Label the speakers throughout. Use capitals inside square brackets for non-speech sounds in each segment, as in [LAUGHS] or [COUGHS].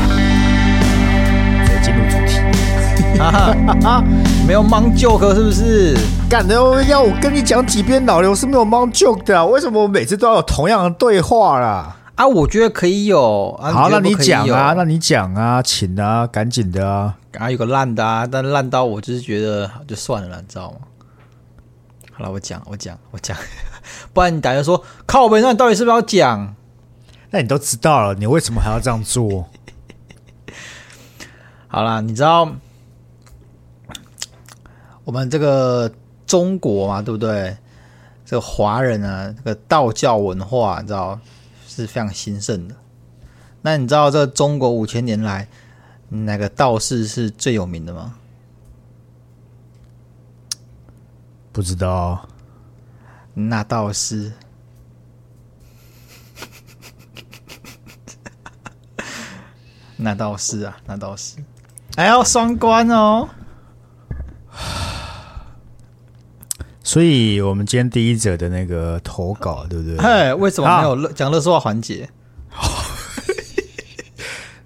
Speaker 1: 直接进入主题。
Speaker 2: 啊啊！没有mang joke 是不是？
Speaker 1: 干的要我跟你讲几遍老刘是没有 mang joke 的啊、为什么我每次都要有同样的对话啦？
Speaker 2: 啊，我觉得可以有。啊、
Speaker 1: 好，
Speaker 2: 觉
Speaker 1: 那
Speaker 2: 得不
Speaker 1: 你
Speaker 2: 可以
Speaker 1: 讲
Speaker 2: 有
Speaker 1: 啊，那你讲啊，请啊，赶紧的啊。
Speaker 2: 啊，有个烂的啊，但烂到我就是觉得就算了啦，你知道吗？好了，我讲，我讲，我讲，不然你打算说靠北，那你到底是不是要讲？
Speaker 1: 那你都知道了，你为什么还要这样做？
Speaker 2: 好啦，你知道我们这个中国嘛，对不对？这个华人啊，这个道教文化，你知道是非常兴盛的。那你知道这中国五千年来哪个道士是最有名的吗？
Speaker 1: 不知道，啊
Speaker 2: 那道 [LAUGHS] 是那道是啊，那道是，还要双关哦。
Speaker 1: 所以我们今天第一者的那个投稿，对不对？
Speaker 2: 嘿，为什么没有乐讲乐说话环节？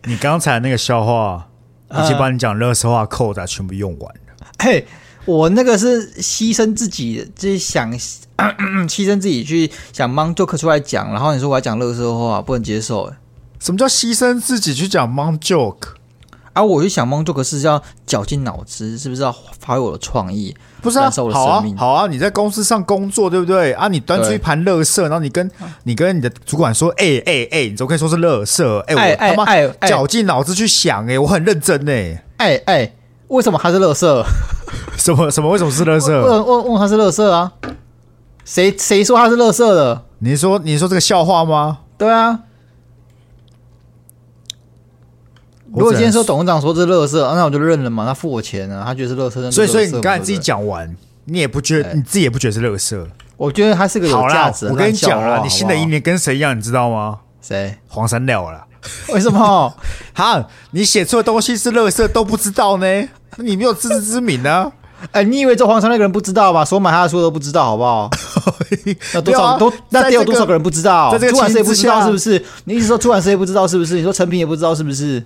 Speaker 1: 你刚才那个笑话，已经把你讲乐色话扣打全部用完了。
Speaker 2: 嘿，我那个是牺牲自己，就是想 [COUGHS] 牺牲自己去想mang joke 出来讲，然后你说我要讲乐色话，不能接受。
Speaker 1: 什么叫牺牲自己去讲 mom joke？
Speaker 2: 而、啊、我去想 mang joke 是要绞尽脑汁，是不是要发挥我的创意？
Speaker 1: 不是啊，
Speaker 2: 燃烧我的
Speaker 1: 好啊
Speaker 2: 生，命
Speaker 1: 好啊！你在公司上工作，对不对啊？你端出
Speaker 2: 对
Speaker 1: 一盘乐色，然后你跟你跟你的主管说：“哎哎哎，你怎么可以说是乐色？哎、
Speaker 2: 哎
Speaker 1: 我他
Speaker 2: 哎
Speaker 1: 妈
Speaker 2: 哎哎
Speaker 1: 绞尽脑汁去想、哎，我很认真哎、
Speaker 2: 哎哎，为什么他是乐色？
Speaker 1: 什么什么？为什么是乐色？
Speaker 2: 问问问他是乐色啊？谁谁说他是乐色的？
Speaker 1: 你说你说这个笑话吗？
Speaker 2: 对啊，如
Speaker 1: 我
Speaker 2: 果
Speaker 1: 只能
Speaker 2: 今天说董事长说这是乐色，啊那我就认了嘛，他付我钱啊，他觉得是乐色，那
Speaker 1: 所
Speaker 2: 就
Speaker 1: 以，
Speaker 2: 垃圾
Speaker 1: 所以你
Speaker 2: 嘛
Speaker 1: 刚才自己，
Speaker 2: 对
Speaker 1: 讲完，你也不觉得，
Speaker 2: 对
Speaker 1: 你自己也不觉得是乐色。
Speaker 2: 不对我觉得他是个
Speaker 1: 好
Speaker 2: 有价
Speaker 1: 啦
Speaker 2: 值，的
Speaker 1: 我跟
Speaker 2: 烂
Speaker 1: 你
Speaker 2: 笑话。
Speaker 1: 讲啦，
Speaker 2: 好不
Speaker 1: 你
Speaker 2: 好
Speaker 1: 新的一年跟谁一样，你知道吗？
Speaker 2: 谁？
Speaker 1: 黄山料啦。
Speaker 2: 为什么？ [LAUGHS]
Speaker 1: 哈，你写错东西是乐色都不知道呢，那你没有自知之明啊。
Speaker 2: 哎，你以为这黄山那个人不知道吧？所买他的书都不知道，好
Speaker 1: [LAUGHS]
Speaker 2: 不好？那多
Speaker 1: 没有
Speaker 2: 少
Speaker 1: 啊
Speaker 2: 都那
Speaker 1: 在
Speaker 2: 得
Speaker 1: 这
Speaker 2: 有多少
Speaker 1: 个
Speaker 2: 个人不知道？
Speaker 1: 在这个
Speaker 2: 出版社也
Speaker 1: 情
Speaker 2: 不
Speaker 1: 之
Speaker 2: 知道
Speaker 1: 下
Speaker 2: 是不是？你一直说出版社也不知道是不是？你说成品也不知道是不是？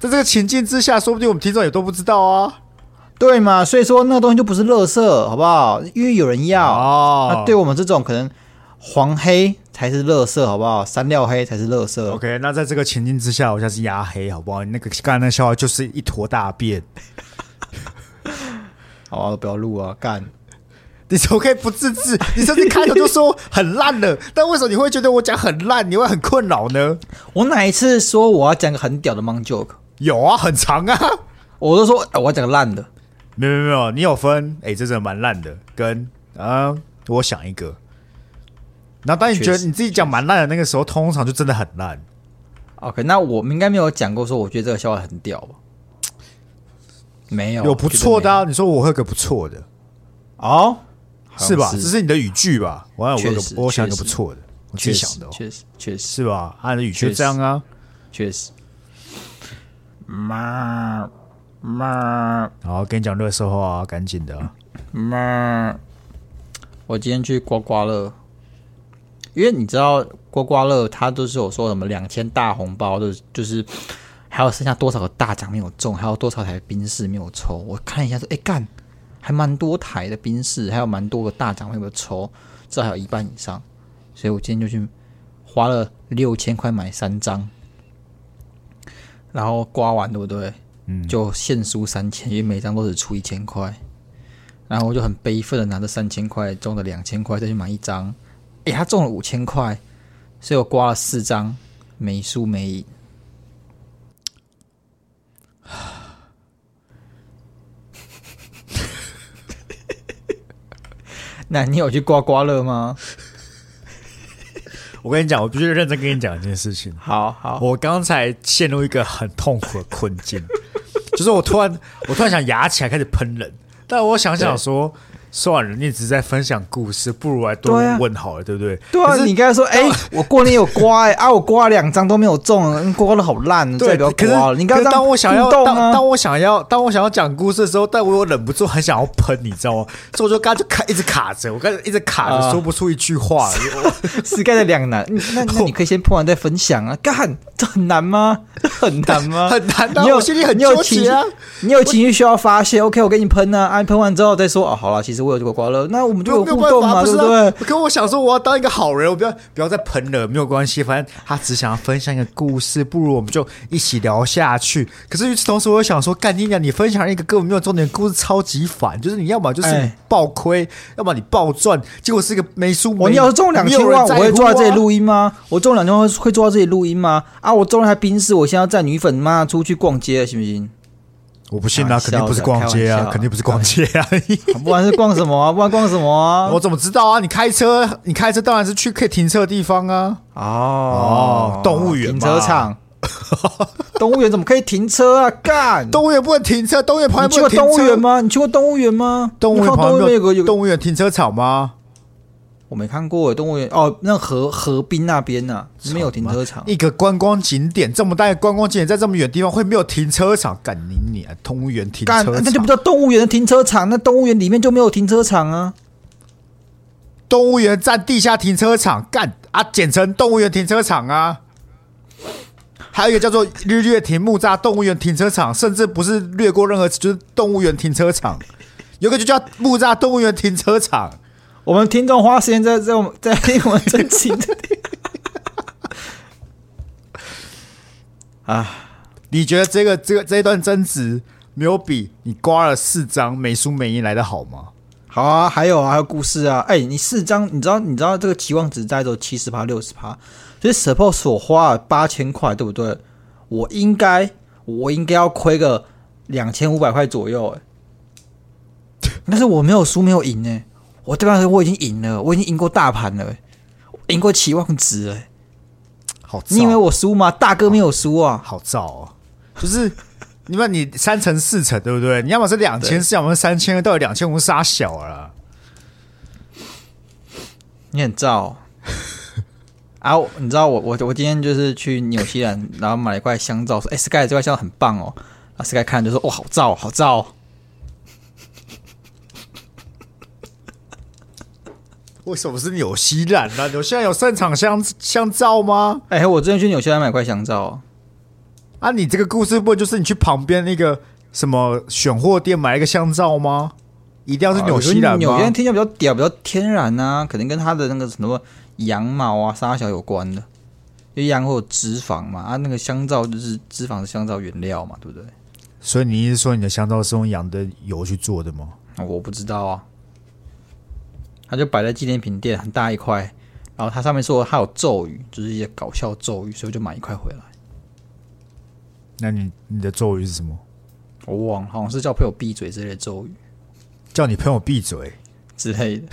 Speaker 1: 在这个情境之下，说不定我们听众也都不知道啊。
Speaker 2: 对嘛？所以说那个东西就不是垃圾，好不好？因为有人要。
Speaker 1: 哦
Speaker 2: 那啊对我们这种可能黄黑才是垃圾，好不好？三料黑才是垃圾。
Speaker 1: OK，那在这个情境之下，我下次压黑好不好？你那个刚才那个笑话就是一坨大便， [LAUGHS]
Speaker 2: 好啊，不要录啊，干！
Speaker 1: 你怎么可以不自
Speaker 2: [LAUGHS]
Speaker 1: 制？你甚至开头就说很烂了，但为什么你会觉得我讲很烂，你会很困扰呢？
Speaker 2: 我哪一次说我要讲个很屌的 mang joke，
Speaker 1: 有啊，很长啊。
Speaker 2: 我都说、哎我要讲个烂的。
Speaker 1: 没有没有没有，你有分，哎、这真的蛮烂的，跟啊、我想一个。然后当你觉得
Speaker 2: 确实
Speaker 1: 你自己讲蛮烂的那个时候，通常就真的很烂。
Speaker 2: OK，那我们应该没有讲过说我觉得这个笑话很屌吧？哦没有，
Speaker 1: 有不错的、啊，你说我会有个不错的，
Speaker 2: 我觉得没有哦，好像
Speaker 1: 是吧？这是你的语句吧？我想我有
Speaker 2: 确
Speaker 1: 个
Speaker 2: 实
Speaker 1: 我想一个
Speaker 2: 确
Speaker 1: 不
Speaker 2: 实
Speaker 1: 错的，我自
Speaker 2: 确
Speaker 1: 己
Speaker 2: 实
Speaker 1: 想的、哦，
Speaker 2: 确实确实
Speaker 1: 是吧？按、啊、你的语
Speaker 2: 确
Speaker 1: 句
Speaker 2: 实
Speaker 1: 这样啊，
Speaker 2: 确实。妈妈
Speaker 1: 好，跟你讲乐色话啊，赶紧的啊、
Speaker 2: 妈！嗯我今天去刮刮乐，因为你知道刮刮乐，它都是有说什么两千大红包，就是就是还有剩下多少个大奖没有中，还有多少台宾士没有抽。我看一下说，哎干，还蛮多台的宾士，还有蛮多个大奖没有抽，至少还有一半以上。所以我今天就去花了六千块买三张，然后刮完对不对？嗯，就现输三千，因为每张都只出一千块。然后我就很悲愤的拿着三千块中了两千块再去买一张，诶，他中了五千块，所以我刮了四张，没输没赢。 [SIGHS] 那你有去刮刮乐吗？
Speaker 1: 我跟你讲，我必须认真跟你讲一件事情。
Speaker 2: 好好，
Speaker 1: 我刚才陷入一个很痛苦的困 [LAUGHS] 境，就是我突然我突然想牙起来开始喷人，但我想想说，算了，你只是在分享故事，不如来多
Speaker 2: 对啊
Speaker 1: 问好了，对不对？
Speaker 2: 对
Speaker 1: 可
Speaker 2: 啊，
Speaker 1: 是
Speaker 2: 你刚才说，哎、我过年有刮、哎啊，我刮两张都没有中，嗯刮的好烂，
Speaker 1: 对，
Speaker 2: 再也不要
Speaker 1: 可是
Speaker 2: 刮了。你刚
Speaker 1: 可
Speaker 2: 刚
Speaker 1: 是当我想要
Speaker 2: 动
Speaker 1: 当
Speaker 2: 啊，
Speaker 1: 当我想要当我想要讲故事的时候，但我又忍不住很想要喷，你知道吗？所以我就刚才就卡一直卡着，我刚才一直卡着、
Speaker 2: 啊
Speaker 1: 说不出一句话。
Speaker 2: 是盖的
Speaker 1: [LAUGHS]
Speaker 2: 两难。那那你可以先破完再分享啊，干，这很难吗？这很难吗？
Speaker 1: [LAUGHS] 很难啊
Speaker 2: 你有
Speaker 1: 我心里很
Speaker 2: 你有
Speaker 1: 纠
Speaker 2: 情
Speaker 1: 结啊
Speaker 2: 绪你有情绪需要发泄，OK，我给你喷啊，啊，喷完之后再说啊，好了，其实我有这个刮乐，那我们
Speaker 1: 没
Speaker 2: 就
Speaker 1: 有
Speaker 2: 有
Speaker 1: 没有
Speaker 2: 互
Speaker 1: 办
Speaker 2: 动
Speaker 1: 法，
Speaker 2: 嘛，
Speaker 1: 不
Speaker 2: 对
Speaker 1: 是、
Speaker 2: 不
Speaker 1: 啊？
Speaker 2: 对？哦
Speaker 1: 可我想说，我要当一个好人，我不要不要再喷了，没有关系，反正他只想要分享一个故事，不如我们就一起聊下去。可是与此同时，我又想说，干你娘，你分享一个根本没有重点的故事，超级烦。就是你要么就是你
Speaker 2: 哎
Speaker 1: 爆亏，要么你爆赚，结果是一个没输
Speaker 2: 我
Speaker 1: 没。
Speaker 2: 要是中两
Speaker 1: 没
Speaker 2: 千
Speaker 1: 有人
Speaker 2: 万，我
Speaker 1: 在
Speaker 2: 会
Speaker 1: 乎
Speaker 2: 坐在这
Speaker 1: 啊
Speaker 2: 里录音吗？我中两千万会会坐在这里录音吗？啊，我中了台冰室，我现在要载女粉妈出去逛街，行不行？
Speaker 1: 我不信啊，
Speaker 2: 开玩
Speaker 1: 肯定
Speaker 2: 笑
Speaker 1: 不是
Speaker 2: 的
Speaker 1: 逛
Speaker 2: 开玩
Speaker 1: 街啊
Speaker 2: 笑，
Speaker 1: 肯定不是逛街
Speaker 2: [LAUGHS]
Speaker 1: 啊！，
Speaker 2: 不管是逛什么啊，不 [LAUGHS] 管逛什么啊
Speaker 1: 我怎么知道啊？你开车，你开车当然是去可以停车的地方啊。
Speaker 2: 哦
Speaker 1: 哦动物园
Speaker 2: 停
Speaker 1: 嘛
Speaker 2: 车
Speaker 1: [LAUGHS]
Speaker 2: 场，动物园怎么可以停车啊？干！
Speaker 1: 动物园不能停车，动物园旁
Speaker 2: 你
Speaker 1: 边
Speaker 2: 去
Speaker 1: 不
Speaker 2: 过
Speaker 1: 能停车。
Speaker 2: 动物园？吗？你去过动物园吗？
Speaker 1: 动物
Speaker 2: 你
Speaker 1: 园
Speaker 2: 看
Speaker 1: 旁
Speaker 2: 动物
Speaker 1: 边
Speaker 2: 园有个有
Speaker 1: 有
Speaker 2: 个，
Speaker 1: 动物园停车场吗？
Speaker 2: 我没看过耶动物园哦，那河河滨那边呐没有停车场。
Speaker 1: 一个观光景点，这么大的观光景点，在这么远的地方会没有停车场？干你你啊！动物园停
Speaker 2: 干，
Speaker 1: 车
Speaker 2: 那就不
Speaker 1: 场，
Speaker 2: 叫动物园的停车场，那动物园里面就没有停车场啊。
Speaker 1: 动物园站地下停车场，干啊，简称动物园停车场啊。还有一个叫做日月亭木栅动物园停车场，甚至不是略过任何，就是动物园停车场，有个就叫木栅动物园停车场。
Speaker 2: 我们听众花时间在在我们在听我们真情的 [LAUGHS] 啊，
Speaker 1: 你觉得这个这个这一段争执没有比你刮了四张没输没赢来的好吗？
Speaker 2: 好啊，还有啊，还有故事啊，哎、你四张，你知道你知道这个期望值在都七十趴六十趴，所以 suppose 我花了八千块，对不对？我应该我应该要亏个两千五百块左右、哎， [LAUGHS] 但是我没有输没有赢呢、哎我对方我已经赢了，我已经赢过大盘了、哎赢过期望值了、哎
Speaker 1: 好燥，
Speaker 2: 你以为我输吗？大哥没有输啊。
Speaker 1: 好燥哦，就是你们你三层四层对不对？你要么是两千，要么是三千，到底两千我们杀小啊了啦。
Speaker 2: 你很燥、
Speaker 1: [LAUGHS]
Speaker 2: 哦。啊，我你知道我我我今天就是去纽西兰，然后买了一块香皂，说：“哎、s k y 这块香皂很棒哦。”然后 Sky 看就说：“哦，好燥哦，好燥、哦。
Speaker 1: 为什么是纽西兰呢、纽啊西兰有盛产香香皂吗？
Speaker 2: 哎，我之前去纽西兰买块香皂哦，
Speaker 1: 啊，你这个故事不就是你去旁边那个什么选货店买一个香皂吗？一定要是纽西兰
Speaker 2: 纽
Speaker 1: 吗
Speaker 2: 西？兰听起来比较屌，比较天然啊，可能跟它的那个什么羊毛啊、沙小有关的，因为羊会有脂肪嘛，啊，那个香皂就是脂肪的香皂原料嘛，对不对？
Speaker 1: 所以你意思说你的香皂是用羊的油去做的吗？
Speaker 2: 啊我不知道啊，它就摆在纪念品店，很大一块，然后它上面说它有咒语，就是一些搞笑咒语，所以我就买一块回来。
Speaker 1: 那你你的咒语是什么？
Speaker 2: 我忘了，好像是叫朋友闭嘴之类的咒语
Speaker 1: 叫你朋友闭嘴。
Speaker 2: 之类的。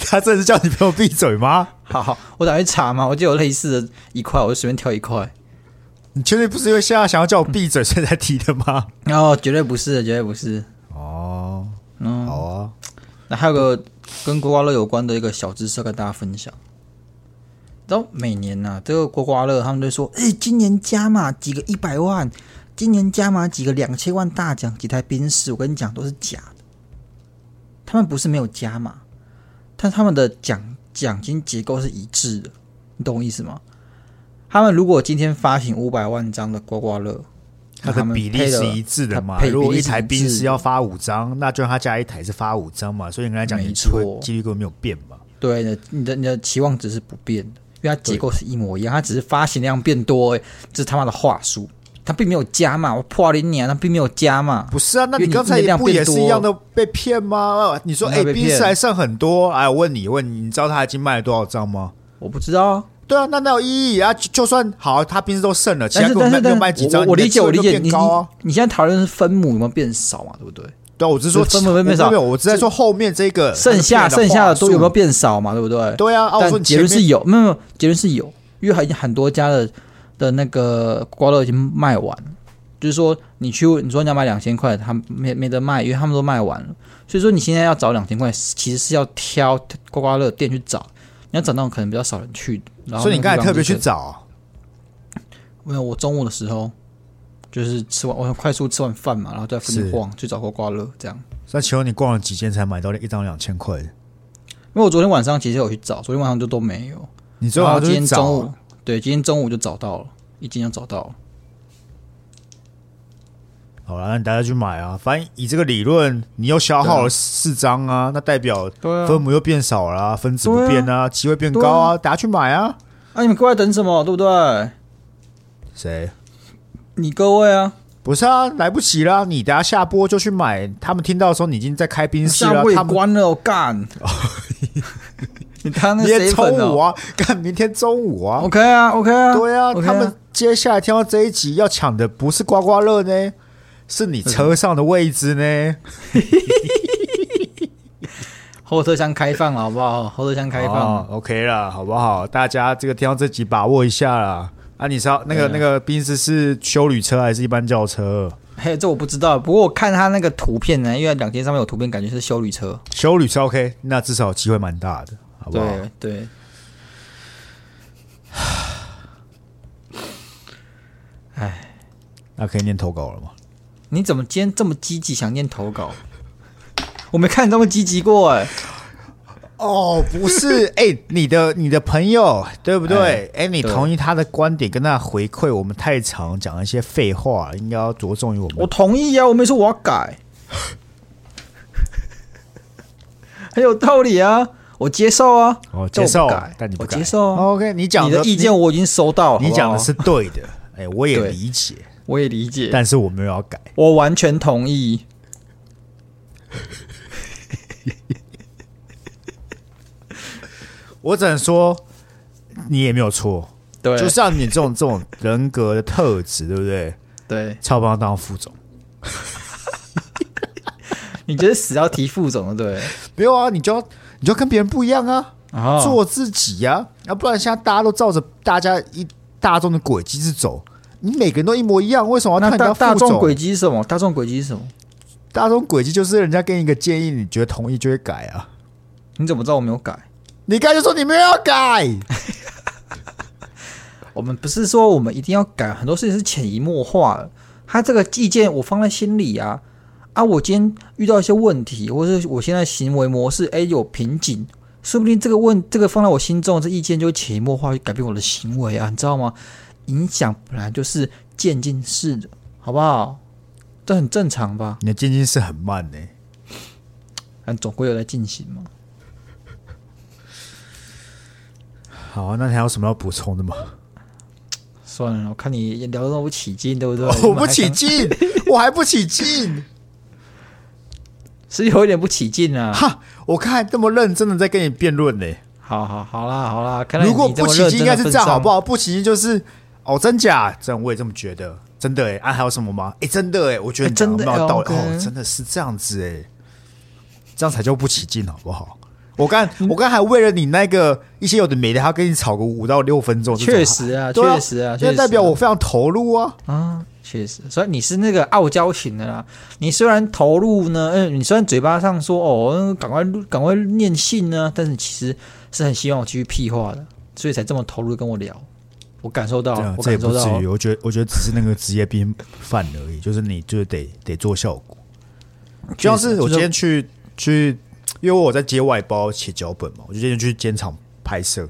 Speaker 1: [LAUGHS] 他真的是叫你朋友闭嘴吗？
Speaker 2: 好好，我打算去查嘛，我就有类似的一块，我就随便挑一块。
Speaker 1: 你确定不是因为现在想要叫我闭嘴，所以才提的吗？
Speaker 2: 然后哦绝对不是的，绝对不是。
Speaker 1: 哦，
Speaker 2: 嗯，
Speaker 1: 好啊，
Speaker 2: 那还有个跟刮刮乐有关的一个小知识要跟大家分享。然后每年呐、这个刮刮乐他们就说，哎、今年加码几个一百万，今年加码几个两千万大奖，几台宾士，我跟你讲都是假的。他们不是没有加码，但他们的奖奖金结构是一致的，你懂我意思吗？他们如果今天发行五百万张的刮刮乐，
Speaker 1: 它
Speaker 2: 那他
Speaker 1: 的
Speaker 2: 们
Speaker 1: 比例
Speaker 2: 配了
Speaker 1: 是一致的嘛
Speaker 2: 它？配
Speaker 1: 如果
Speaker 2: 比例
Speaker 1: 一
Speaker 2: 是
Speaker 1: 台
Speaker 2: 一
Speaker 1: 冰
Speaker 2: 致
Speaker 1: 是
Speaker 2: 的
Speaker 1: 要发五张，那就让他加一台是发五张嘛，所以你跟他讲，
Speaker 2: 没
Speaker 1: 你机会
Speaker 2: 错
Speaker 1: 几率根本没有变嘛。
Speaker 2: 对，你的你的你的期望值是不变的，因为它结构是一模一样，它只是发行量变多、欸，这是他妈的话术，它并没有加嘛，我破零年，它并没有加嘛，
Speaker 1: 不是啊，那
Speaker 2: 因为
Speaker 1: 你
Speaker 2: 你
Speaker 1: 刚才
Speaker 2: 你的
Speaker 1: 也
Speaker 2: 量
Speaker 1: 不也
Speaker 2: 变
Speaker 1: 是
Speaker 2: 多
Speaker 1: 一样的被骗吗？啊你说
Speaker 2: 你要
Speaker 1: A、
Speaker 2: 被
Speaker 1: B
Speaker 2: 骗
Speaker 1: 是还剩很多，哎，我问你，问你，你知道他已经卖了多少张吗？
Speaker 2: 我不知道啊。
Speaker 1: 对啊，那那有意义啊！就就算好，他冰士都剩了，其他
Speaker 2: 但是
Speaker 1: 根本
Speaker 2: 但是
Speaker 1: 没有
Speaker 2: 但
Speaker 1: 卖几
Speaker 2: 是
Speaker 1: 张，
Speaker 2: 我我理解我理
Speaker 1: 你的几率
Speaker 2: 解，
Speaker 1: 就变
Speaker 2: 你
Speaker 1: 高啊！
Speaker 2: 你你现在讨论是分母有没有变少嘛，对不对？
Speaker 1: 对啊，我是说
Speaker 2: 就分母会变
Speaker 1: 我
Speaker 2: 少
Speaker 1: 没有，我只在说后面这个
Speaker 2: 剩下
Speaker 1: 他的
Speaker 2: 剩
Speaker 1: 骗的话
Speaker 2: 下的都有没有
Speaker 1: 术？
Speaker 2: 变少嘛，对不对？
Speaker 1: 对啊，啊我说
Speaker 2: 但
Speaker 1: 你
Speaker 2: 结
Speaker 1: 前
Speaker 2: 论
Speaker 1: 面
Speaker 2: 是有，没有没有结论是有，因为很很多家的的那个刮刮乐已经卖完了，就是说你去你说你要买两千块，他没没得卖，因为他们都卖完了。所以说你现在要找两千块，其实是要挑刮刮乐店去找，你要找那种可能比较少人去的。然后
Speaker 1: 所以你刚才
Speaker 2: 那个
Speaker 1: 特
Speaker 2: 地
Speaker 1: 别
Speaker 2: 方
Speaker 1: 去
Speaker 2: 就是
Speaker 1: 找啊，
Speaker 2: 没有，我中午的时候就是吃完，我快速吃完饭嘛，然后在附近
Speaker 1: 是
Speaker 2: 晃，去找刮刮乐这样。
Speaker 1: 那请问你逛了几间才买到一张两千块
Speaker 2: 啊
Speaker 1: 的？
Speaker 2: 因为我昨天晚上其实有去找，昨天晚上就都没有。
Speaker 1: 你最
Speaker 2: 然
Speaker 1: 好
Speaker 2: 后
Speaker 1: 就
Speaker 2: 今
Speaker 1: 去
Speaker 2: 天
Speaker 1: 找
Speaker 2: 中
Speaker 1: 啊
Speaker 2: 午，对，今天中午就找到了，一斤就找到了。
Speaker 1: 好了，那大家去买啊。反正以这个理论，你又消耗了四张啊，那代表
Speaker 2: 对
Speaker 1: 分母又变少了啊、分子不变啊，机会变高啊，大家去买啊。
Speaker 2: 那、你们各位在等什么？对不对？
Speaker 1: 谁？
Speaker 2: 你各位啊，
Speaker 1: 不是啊，来不及啦！你等下下播就去买。他们听到的时候，你啊已经在开冰室
Speaker 2: 下
Speaker 1: 了
Speaker 2: 播。也
Speaker 1: 他们
Speaker 2: 关了，我干。你看那
Speaker 1: 明天
Speaker 2: 谁
Speaker 1: 中
Speaker 2: 粉
Speaker 1: 午
Speaker 2: 哦
Speaker 1: 啊，干明天中午啊。
Speaker 2: ？OK 啊，OK 啊，
Speaker 1: 对啊
Speaker 2: OK
Speaker 1: 他们接下来听到这一集要抢的不是刮刮乐呢，是你车上的位置呢。
Speaker 2: 后车厢开放了，好不好？后车厢开放，
Speaker 1: 哦、，OK 啦，好不好？大家这个听到这集把握一下啦。啊，你知道那个、
Speaker 2: 对啊
Speaker 1: 那个宾士是修旅车还是一般轿车？
Speaker 2: 嘿，这我不知道。不过我看他那个图片呢，因为两间上面有图片，感觉是修理车。
Speaker 1: 修旅车 OK，那至少机会蛮大的，好不好？
Speaker 2: 对对。
Speaker 1: 那可以念投稿了吗？
Speaker 2: 你怎么今天这么积极，想念投稿？我没看你这么积极过哎、
Speaker 1: 哦，不是， [LAUGHS] 哎、你的你的朋友对不对？哎、你
Speaker 2: 对
Speaker 1: 同意他的观点，跟他的回馈，我们太常讲一些废话，应该要着重于我
Speaker 2: 我
Speaker 1: 们。
Speaker 2: 同意啊，我没说我要改， [LAUGHS] 很有道理啊，我接受啊，
Speaker 1: 哦，接受
Speaker 2: 但我不改，
Speaker 1: 但你不
Speaker 2: 我
Speaker 1: 改哦
Speaker 2: 接受啊。
Speaker 1: OK，你讲
Speaker 2: 你的意见我已经收到了，
Speaker 1: 你，你讲的
Speaker 2: 好不好啊
Speaker 1: 是对的，哎、我也
Speaker 2: 对
Speaker 1: 理解，
Speaker 2: 我也理解，
Speaker 1: 但是我没有要改。
Speaker 2: 我完全同意。
Speaker 1: 我只能说，你也没有错。
Speaker 2: 对，
Speaker 1: 就像你这种这种人格的特质，对不对？
Speaker 2: 对，
Speaker 1: 超帮当副总，
Speaker 2: 你就是死要提副总的，对，
Speaker 1: 没有啊，你就要你就要跟别人不一样啊，
Speaker 2: 哦
Speaker 1: [LAUGHS] 做自己呀、啊，要、不然现在大家都照着大家一大众的轨迹是走，你每个人都一模一样，为什么要
Speaker 2: 那
Speaker 1: 看人家
Speaker 2: 大大
Speaker 1: 副
Speaker 2: 众
Speaker 1: 总
Speaker 2: 轨？迹是什么？大众轨迹是什么？
Speaker 1: 大众轨迹就是人家给你一个建议，你觉得同意就会改啊。
Speaker 2: 你怎么知道我没有改？
Speaker 1: 你刚才就说你没有要改，
Speaker 2: 我们不是说我们一定要改，很多事情是潜移默化的。他这个意见我放在心里啊，啊，我今天遇到一些问题，或是我现在行为模式哎有瓶颈，说不定这个问这个放在我心中，这意见就会潜移默化去改变我的行为啊，你知道吗？影响本来就是渐进式的，好不好？这很正常吧？
Speaker 1: 你的进进是很慢呢、
Speaker 2: 但总归有在进行嘛。
Speaker 1: 好啊，那你还有什么要补充的吗？
Speaker 2: 算了，我看你也聊得那么起劲，对不对？
Speaker 1: 哦我不起，劲，我还不起劲。
Speaker 2: 是有一点不起劲
Speaker 1: [LAUGHS]
Speaker 2: 啊。
Speaker 1: 哈，我看这么认真的在跟你辩论呢。
Speaker 2: 好好好啦好啦，看来
Speaker 1: 如果
Speaker 2: 你这
Speaker 1: 不
Speaker 2: 么
Speaker 1: 起
Speaker 2: 认
Speaker 1: 劲，
Speaker 2: 真
Speaker 1: 应该
Speaker 2: 的
Speaker 1: 是
Speaker 2: 份
Speaker 1: 这样，好
Speaker 2: 上
Speaker 1: 不好？不起劲就是哦，真假，真我也这么觉得，真的哎、啊，还有什么吗？哎、真的哎、我觉得
Speaker 2: 哎
Speaker 1: 你讲
Speaker 2: 真的
Speaker 1: 没有道理、
Speaker 2: 哎，OK
Speaker 1: 哦，真的是这样子哎、这样才叫不起劲，好不好？我刚我刚还为了你那个一些有的没的，还要跟你吵个五到六分钟，这种
Speaker 2: 确实啊
Speaker 1: 对
Speaker 2: 确实啊确
Speaker 1: 那
Speaker 2: 实
Speaker 1: 代表
Speaker 2: 啊
Speaker 1: 我非常投入啊。
Speaker 2: 啊，确实，所以你是那个傲娇型的啦。你虽然投入呢，嗯、你虽然嘴巴上说哦，嗯赶快录赶快念信呢，但是你其实是很希望我继续屁话的，所以才这么投入地跟我聊。我感受到
Speaker 1: 这样，
Speaker 2: 哦我
Speaker 1: 啊这也
Speaker 2: 感
Speaker 1: 不
Speaker 2: 受
Speaker 1: 至
Speaker 2: 到
Speaker 1: 于，，我觉得我觉得只是那个职业病犯而已，就是你就是得得做效果。就像是我今天去去，因为我在接外包写脚本嘛，我就今天去监场拍摄，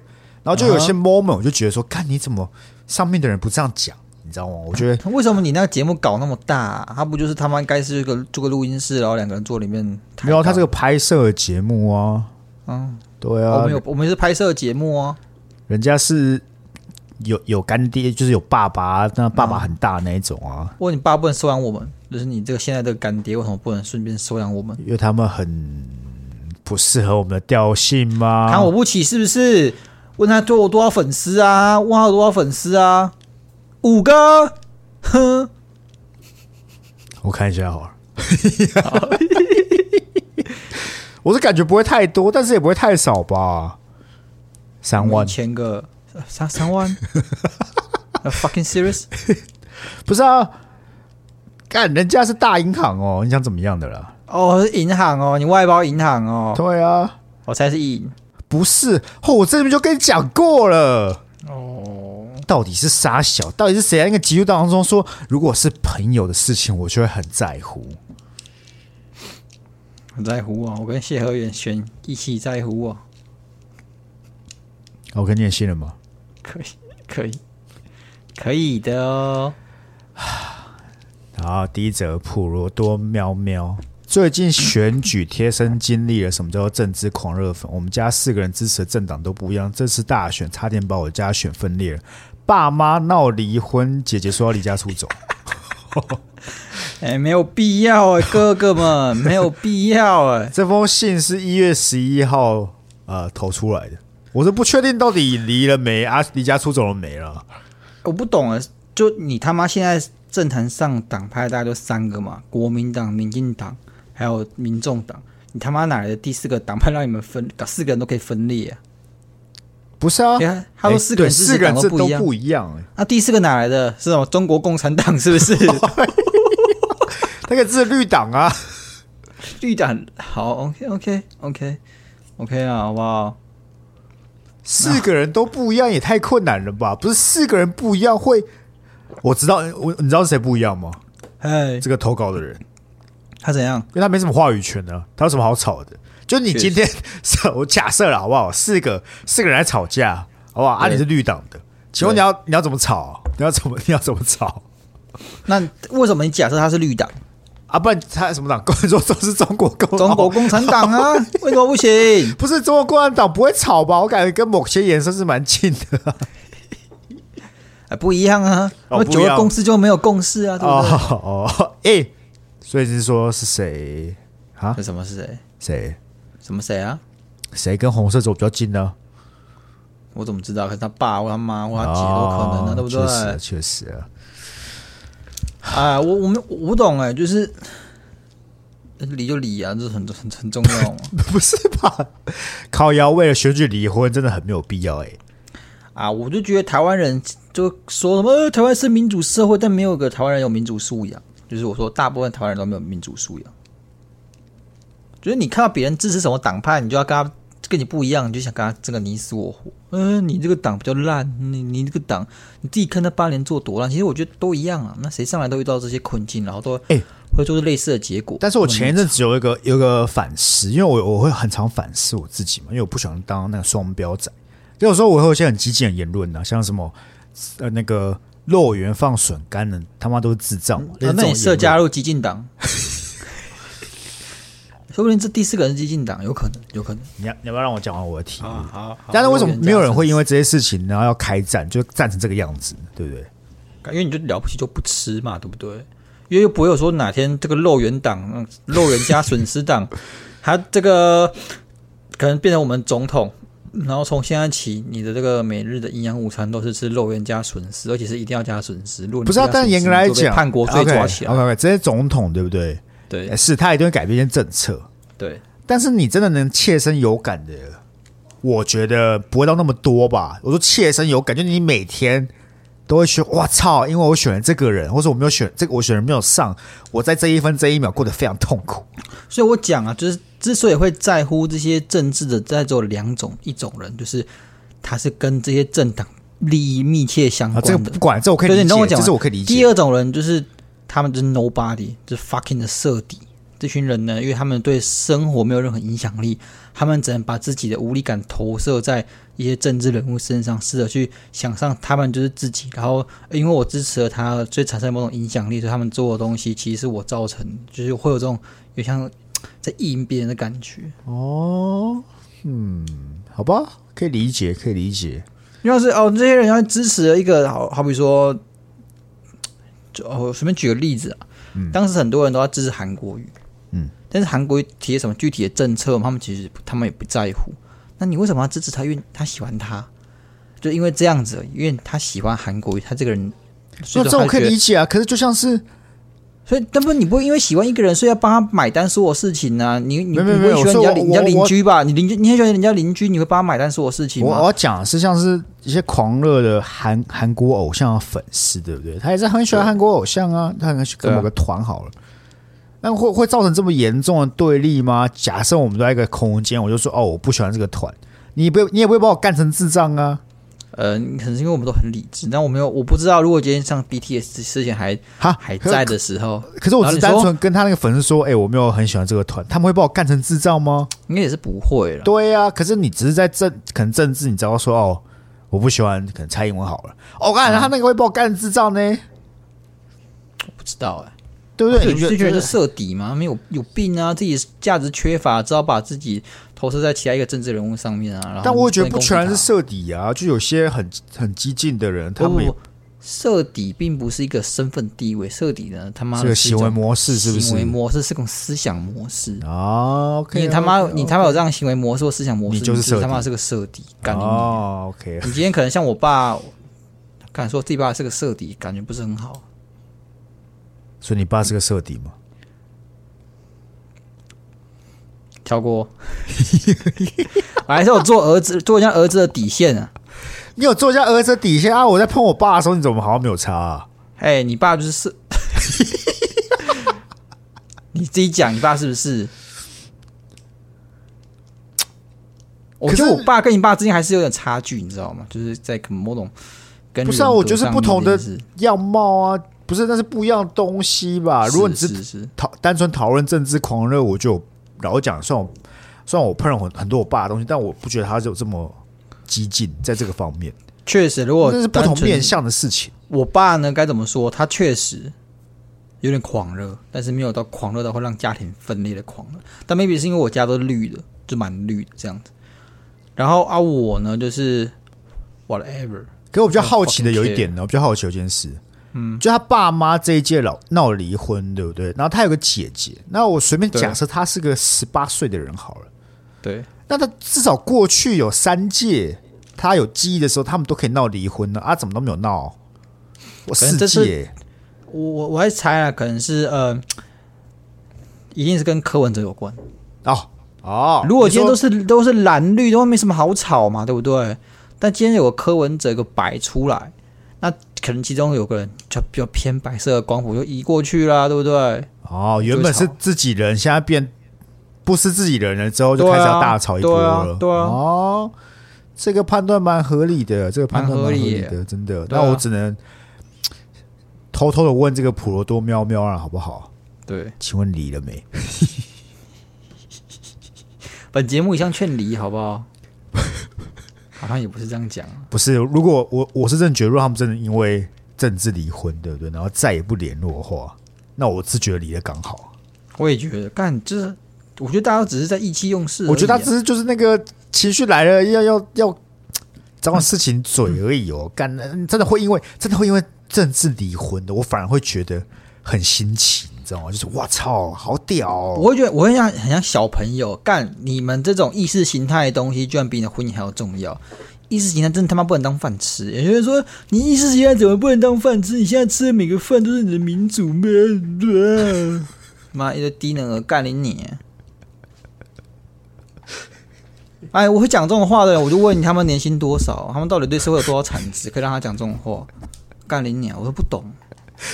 Speaker 1: 然后就有一些 moment 我就觉得说，看你怎么上面的人不这样讲，你知道吗？我觉得
Speaker 2: 为什么你那个节目搞那么大、啊？他不就是他妈该是一个做个录音室，然后两个人坐里面抬杠？
Speaker 1: 没有啊他这个拍摄的节目啊，
Speaker 2: 嗯，
Speaker 1: 对
Speaker 2: 我
Speaker 1: 啊
Speaker 2: 们，有我们是拍摄节目哦、
Speaker 1: 人家是有有干爹，就是有爸爸，那爸爸很大那一种啊，
Speaker 2: 问你爸不能收养我们，就是你这个现在这个干爹为什么不能顺便收养我们？
Speaker 1: 因为他们很不适合我们的调性嘛。
Speaker 2: 看我不起是不是？问他对我多少粉丝啊？问他有多少粉丝啊？五个，哼，
Speaker 1: 我看一下好了。 [LAUGHS] 我是感觉不会太多，但是也不会太少吧。三
Speaker 2: 一
Speaker 1: 万
Speaker 2: 千个， [LAUGHS] 呃三三万，Are you，fucking serious？
Speaker 1: 不是啊，干人家是大银行哦，你想怎么样的啦？
Speaker 2: 哦，是银行哦，你外包银行哦，
Speaker 1: 对啊，
Speaker 2: 我猜是银
Speaker 1: 不是，哦，我这边就跟你讲过了。
Speaker 2: 哦，
Speaker 1: 到底是傻小，到底是谁在那个集数当中说，如果是朋友的事情，我就会很在乎。
Speaker 2: 很在乎哦，我跟谢和远选一起在乎哦，
Speaker 1: 哦我跟你也信了吗？
Speaker 2: 可以可以可以的哦，
Speaker 1: 然后第一则普罗多喵喵，最近选举贴身经历了什么叫做政治狂热粉？我们家四个人支持的政党都不一样，这次大选差点把我家选分裂了。爸妈闹离婚，姐姐说要离家出走。
Speaker 2: 哎、没有必要哎、哥哥们没有必要哎、
Speaker 1: 这封信是一月十一号呃投出来的，我是不确定到底离了没啊，离家出走了没了。
Speaker 2: 我不懂哎，就你他妈现在政坛上党派大概就三个嘛，国民党、民进党还有民众党，你他妈哪来的第四个党派让你们分，搞四个人都可以分裂啊？
Speaker 1: 不是啊
Speaker 2: 你，看他说
Speaker 1: 哎
Speaker 2: 四个
Speaker 1: 对
Speaker 2: 人支持
Speaker 1: 四个
Speaker 2: 党
Speaker 1: 人
Speaker 2: 都
Speaker 1: 这
Speaker 2: 不
Speaker 1: 都
Speaker 2: 一样，
Speaker 1: 不一样、哎
Speaker 2: 那、啊第四个哪来的？是什么？中国共产党是
Speaker 1: [LAUGHS]
Speaker 2: 不是？
Speaker 1: 那个是绿党啊。
Speaker 2: 绿党好，OK OK OK OK 啊，好不好？
Speaker 1: 四个人都不一样，也太困难了吧？不是四个人不一样会，我知道，我你知道是谁不一样吗？
Speaker 2: 哎，
Speaker 1: 这个投稿的人，因
Speaker 2: 他怎样？
Speaker 1: 为他没什么话语权呢、啊，他有什么好吵的？就你今天， [LAUGHS] 我假设了好不好？四个四个人在吵架，好不好？啊，
Speaker 2: 对
Speaker 1: 你是绿党的，请问
Speaker 2: 对
Speaker 1: 你要你要怎么吵啊？你要怎么你要怎么吵
Speaker 2: 那为什么你假设他是绿党？
Speaker 1: 啊？不然他什么党？跟 [LAUGHS] 你说都是中国共
Speaker 2: 中国
Speaker 1: 哦
Speaker 2: 共产党啊？为什么
Speaker 1: [LAUGHS]
Speaker 2: 不行？
Speaker 1: 不是中国共产党不会吵吧？我感觉跟某些延伸是蛮近的啊
Speaker 2: 哎，不一样啊！
Speaker 1: 哦
Speaker 2: 那
Speaker 1: 不
Speaker 2: 九
Speaker 1: 一
Speaker 2: 个
Speaker 1: 样
Speaker 2: 共识就没有共识啊，对不对？
Speaker 1: 哦哦，哎，所以是说是谁啊
Speaker 2: 那？什么是谁？
Speaker 1: 谁？
Speaker 2: 什么谁啊？
Speaker 1: 谁跟红色走比较近呢？
Speaker 2: 我怎么知道？可是他爸或他妈或他姐都可
Speaker 1: 哦
Speaker 2: 能的，对不
Speaker 1: 确实啊，
Speaker 2: 对？
Speaker 1: 确实啊。 [LAUGHS]
Speaker 2: 啊，我我们我不懂哎，就是离就离啊，这是很很很重
Speaker 1: [LAUGHS]
Speaker 2: 要嘛。
Speaker 1: 不是吧？靠腰为了选举离婚，真的很没有必要哎、
Speaker 2: 啊，我就觉得台湾人就说什么、呃台湾是民主社会，但没有一个台湾人有民主素养。就是我说，大部分台湾人都没有民主素养。就是你看到别人支持什么党派，你就要跟他跟你不一样，你就想跟他争个你死我活。嗯、你这个党比较烂，你你这个党你自己看他八年做多烂。其实我觉得都一样啊。那谁上来都遇到这些困境，然后都
Speaker 1: 哎
Speaker 2: 会做出类似的结果。
Speaker 1: 但是我
Speaker 2: 嗯
Speaker 1: 前一阵子有一个有一个反思，因为我我会很常反思我自己嘛，因为我不喜欢当那个双标仔。有时候我会有一些很激进的言论呐、啊，像什么呃那个肉圆放笋干的，他妈都是智障嘛。类
Speaker 2: 啊
Speaker 1: 似这
Speaker 2: 那
Speaker 1: 种
Speaker 2: 你设
Speaker 1: 言论
Speaker 2: 加入激进党， [LAUGHS] 说不定这第四个人是激进党，有可能，有可能。
Speaker 1: 你要你要不要让我讲完我的题目？
Speaker 2: 好啊好
Speaker 1: 但是为什么没有人会因为这些事情然后要开战，就战成这个样子，对不对？
Speaker 2: 因为你就了不起就不吃嘛，对不对？因为又不会有说哪天这个肉圆党、嗯肉圆加损失党，他这个可能变成我们总统，然后从现在起，你的这个每日的营养午餐都是吃肉圆加损失，而且是一定要加损失。如果你
Speaker 1: 不是啊
Speaker 2: 加，损
Speaker 1: 但
Speaker 2: 失
Speaker 1: 严格来
Speaker 2: 你就被
Speaker 1: 讲，
Speaker 2: 叛国罪抓起来。
Speaker 1: OK，, o k 这些总统对不对？
Speaker 2: 对
Speaker 1: 哎是他一定会改变一些政策，
Speaker 2: 对，
Speaker 1: 但是你真的能切身有感的，我觉得不会到那么多吧。我说切身有感，就你每天都会选，哇操！因为我选了这个人，或者我没有选这个，我选人没有上，我在这一分这一秒过得非常痛苦。
Speaker 2: 所以我讲啊，就是之所以会在乎这些政治的，在做两种，一种人就是他是跟这些政党利益密切相
Speaker 1: 啊，
Speaker 2: 关的，
Speaker 1: 这个不管，这我可以理
Speaker 2: 嗯对
Speaker 1: 解，
Speaker 2: 对你懂我讲
Speaker 1: 这
Speaker 2: 吗
Speaker 1: 是我可以理解。
Speaker 2: 第二种人就是他们就是 nobody，就是 fucking 的色底。这群人呢，因为他们对生活没有任何影响力，他们只能把自己的无力感投射在一些政治人物身上，试着去想象他们就是自己。然后，因为我支持了他，所以产生某种影响力，所以他们做的东西其实是我造成的，就是会有这种有像在意淫别人的感觉。
Speaker 1: 哦，嗯，好吧，可以理解，可以理解。
Speaker 2: 因为是哦，这些人要支持了一个好好比说，就哦，我随便举个例子啊，当时很多人都要支持韩国瑜，
Speaker 1: 嗯，
Speaker 2: 但是韩国瑜提了什么具体的政策，他们其实他们也不在乎。那你为什么要支持他？因为他喜欢他，就因为这样子，因为他喜欢韩国瑜，他这个人，
Speaker 1: 那
Speaker 2: 所以
Speaker 1: 这
Speaker 2: 说
Speaker 1: 我
Speaker 2: 他
Speaker 1: 可以
Speaker 2: 觉得
Speaker 1: 理解啊，可是就像是
Speaker 2: 所以，但不你不会因为喜欢一个人，所以要帮他买单所有事情啊？你你你不
Speaker 1: 没有没
Speaker 2: 会
Speaker 1: 有
Speaker 2: 喜欢人家
Speaker 1: 我说我
Speaker 2: 邻人家
Speaker 1: 我
Speaker 2: 邻
Speaker 1: 我
Speaker 2: 居吧？你邻居你很喜欢人家邻居，你会帮他买单所有事情
Speaker 1: 我我
Speaker 2: 吗？
Speaker 1: 要讲的是像是一些狂热的韩韩国偶像的粉丝，对不对？他也是很喜欢韩国偶像啊，他很喜
Speaker 2: 对
Speaker 1: 跟
Speaker 2: 啊
Speaker 1: 某个团好了。那会会造成这么严重的对立吗？假设我们都在一个空间，我就说哦，我不喜欢这个团，你不你也不会把我干成智障啊！
Speaker 2: 呃，可能是因为我们都很理智，但我没有，我不知道。如果今天上 BTS 之之前还
Speaker 1: 哈，
Speaker 2: 还
Speaker 1: 可
Speaker 2: 在的时候，
Speaker 1: 可是我只是
Speaker 2: 然
Speaker 1: 单
Speaker 2: 后你说
Speaker 1: 纯跟他那个粉丝说，哎、我没有很喜欢这个团，他们会把我干成智障吗？
Speaker 2: 应该也是不会了。
Speaker 1: 对呀、可是你只是在政，可能政治，你知道说哦，我不喜欢，可能蔡英文好了。哦，干、
Speaker 2: 嗯
Speaker 1: 他那个会把我干成智障呢，
Speaker 2: 不知道哎、
Speaker 1: 对不
Speaker 2: 欸，
Speaker 1: 对？
Speaker 2: 有
Speaker 1: 你觉得
Speaker 2: 些人是设底吗？没有有病啊，自己价值缺乏，只好把自己投射在其他一个政治人物上面啊。然后
Speaker 1: 但我也觉得
Speaker 2: 能
Speaker 1: 不
Speaker 2: 攻击
Speaker 1: 全
Speaker 2: 他
Speaker 1: 是彻底啊，就有些很很激进的人，他
Speaker 2: 不
Speaker 1: 们
Speaker 2: 不
Speaker 1: 也
Speaker 2: 不，设底并不是一个身份地位，设底呢，他妈
Speaker 1: 这
Speaker 2: 的
Speaker 1: 个
Speaker 2: 是一
Speaker 1: 行
Speaker 2: 种
Speaker 1: 为模式是不
Speaker 2: 行为
Speaker 1: 是？
Speaker 2: 模式是种思想模式。
Speaker 1: 啊，OK，
Speaker 2: 你他妈，你他妈有这样的行为模式或思想模式，
Speaker 1: 你就是
Speaker 2: 你
Speaker 1: 设
Speaker 2: 他
Speaker 1: 底
Speaker 2: 妈是个设底，干你娘！
Speaker 1: 哦，OK，
Speaker 2: 你今天可能像我爸，敢说自己爸是个设底，感觉不是很好。
Speaker 1: 所以你爸是个彻底嘛？
Speaker 2: 跳过，我还是有做儿子，做人家儿子的底线啊。
Speaker 1: 你有坐下儿子底下啊？我在碰我爸的时候，你怎么好像没有擦、啊？
Speaker 2: 哎，你爸就是设，你自己讲，你爸是不是？我
Speaker 1: 可
Speaker 2: 觉得
Speaker 1: 是
Speaker 2: 我爸跟你爸之间还是有点差距，你知道吗？就是在可能某种跟
Speaker 1: 不是啊
Speaker 2: 人格
Speaker 1: 我觉得是
Speaker 2: 上
Speaker 1: 不同的
Speaker 2: 面这件事
Speaker 1: 样貌啊，不是，那是不一样的东西吧？啊如果你
Speaker 2: 是
Speaker 1: 是
Speaker 2: 是是
Speaker 1: 讨单纯讨论政治狂热，我就老讲，算我算我碰了很很多我爸的东西，但我不觉得他有这么激进在这个方面，
Speaker 2: 确实，如果
Speaker 1: 那是不
Speaker 2: 单
Speaker 1: 同
Speaker 2: 纯
Speaker 1: 面向的事情。啊
Speaker 2: 我爸呢，该怎么说？他确实有点狂热，但是没有到狂热到会让家庭分裂的狂热。但 maybe 是因为我家都是绿的，就蛮绿的这样子。然后啊，我呢就是 whatever，
Speaker 1: 可我比较好奇的
Speaker 2: I don't
Speaker 1: 有
Speaker 2: fucking
Speaker 1: 一点呢，我比较好奇有一件事，嗯，就他爸妈这一届老闹离婚，对不对？然后他有个姐姐，那我随便
Speaker 2: 对
Speaker 1: 假设他是个十八岁的人好了，
Speaker 2: 对，
Speaker 1: 那他至少过去有三届，他有记忆的时候，他们都可以闹离婚呢，啊，怎么都没有闹？我
Speaker 2: 可能
Speaker 1: 四
Speaker 2: 这是
Speaker 1: 届，
Speaker 2: 我我我还猜啊，可能是呃，一定是跟柯文哲有关。
Speaker 1: 哦哦，
Speaker 2: 如果今天都
Speaker 1: 是
Speaker 2: 是都是蓝绿，都没什么好吵嘛，对不对？但今天有个柯文哲有个白出来，那可能其中有个人就比较偏白色的光谱就移过去啦，对不对？
Speaker 1: 哦，原本是
Speaker 2: 就会吵
Speaker 1: 自己人，现在变不是自己人了之后，就
Speaker 2: 对啊
Speaker 1: 开始要大吵一波
Speaker 2: 对
Speaker 1: 了，
Speaker 2: 啊对啊
Speaker 1: 哦。这个判断蛮合理的，这个判断蛮合理
Speaker 2: 蛮合
Speaker 1: 的，真的。
Speaker 2: 对
Speaker 1: 那
Speaker 2: 啊
Speaker 1: 我只能偷偷的问这个普罗多喵喵啊，好不好？
Speaker 2: 对，
Speaker 1: 请问离了没？
Speaker 2: 本节目一向劝离，好不好？ [LAUGHS] 好像也不是这样讲啊，
Speaker 1: 不是，如果我我是真的觉得，如果他们真的因为政治离婚，对不对？然后再也不联络的话，那我是觉得离的刚好。
Speaker 2: 我也觉得，干就是，我觉得大家都只是在意气用事而已啊、
Speaker 1: 我觉得他只是就是那个情绪来了，要要要找点事情嘴而已哦。干，真的会因为真的会因为政治离婚的，我反而会觉得很新奇，你知道吗？就是哇操，好屌、哦！
Speaker 2: 我会觉得我会像很像小朋友干，你们这种意识形态的东西，居然比你的婚姻还要重要。意识形态真的他妈不能当饭吃，也就是说，你意识形态怎么不能当饭吃？你现在吃的每个饭都是你的民主吗？妈一堆低能儿干你你！哎，我会讲这种话的人，我就问你他们年薪多少，他们到底对社会有多少产值，可以让他讲这种话？干你你！我都不懂。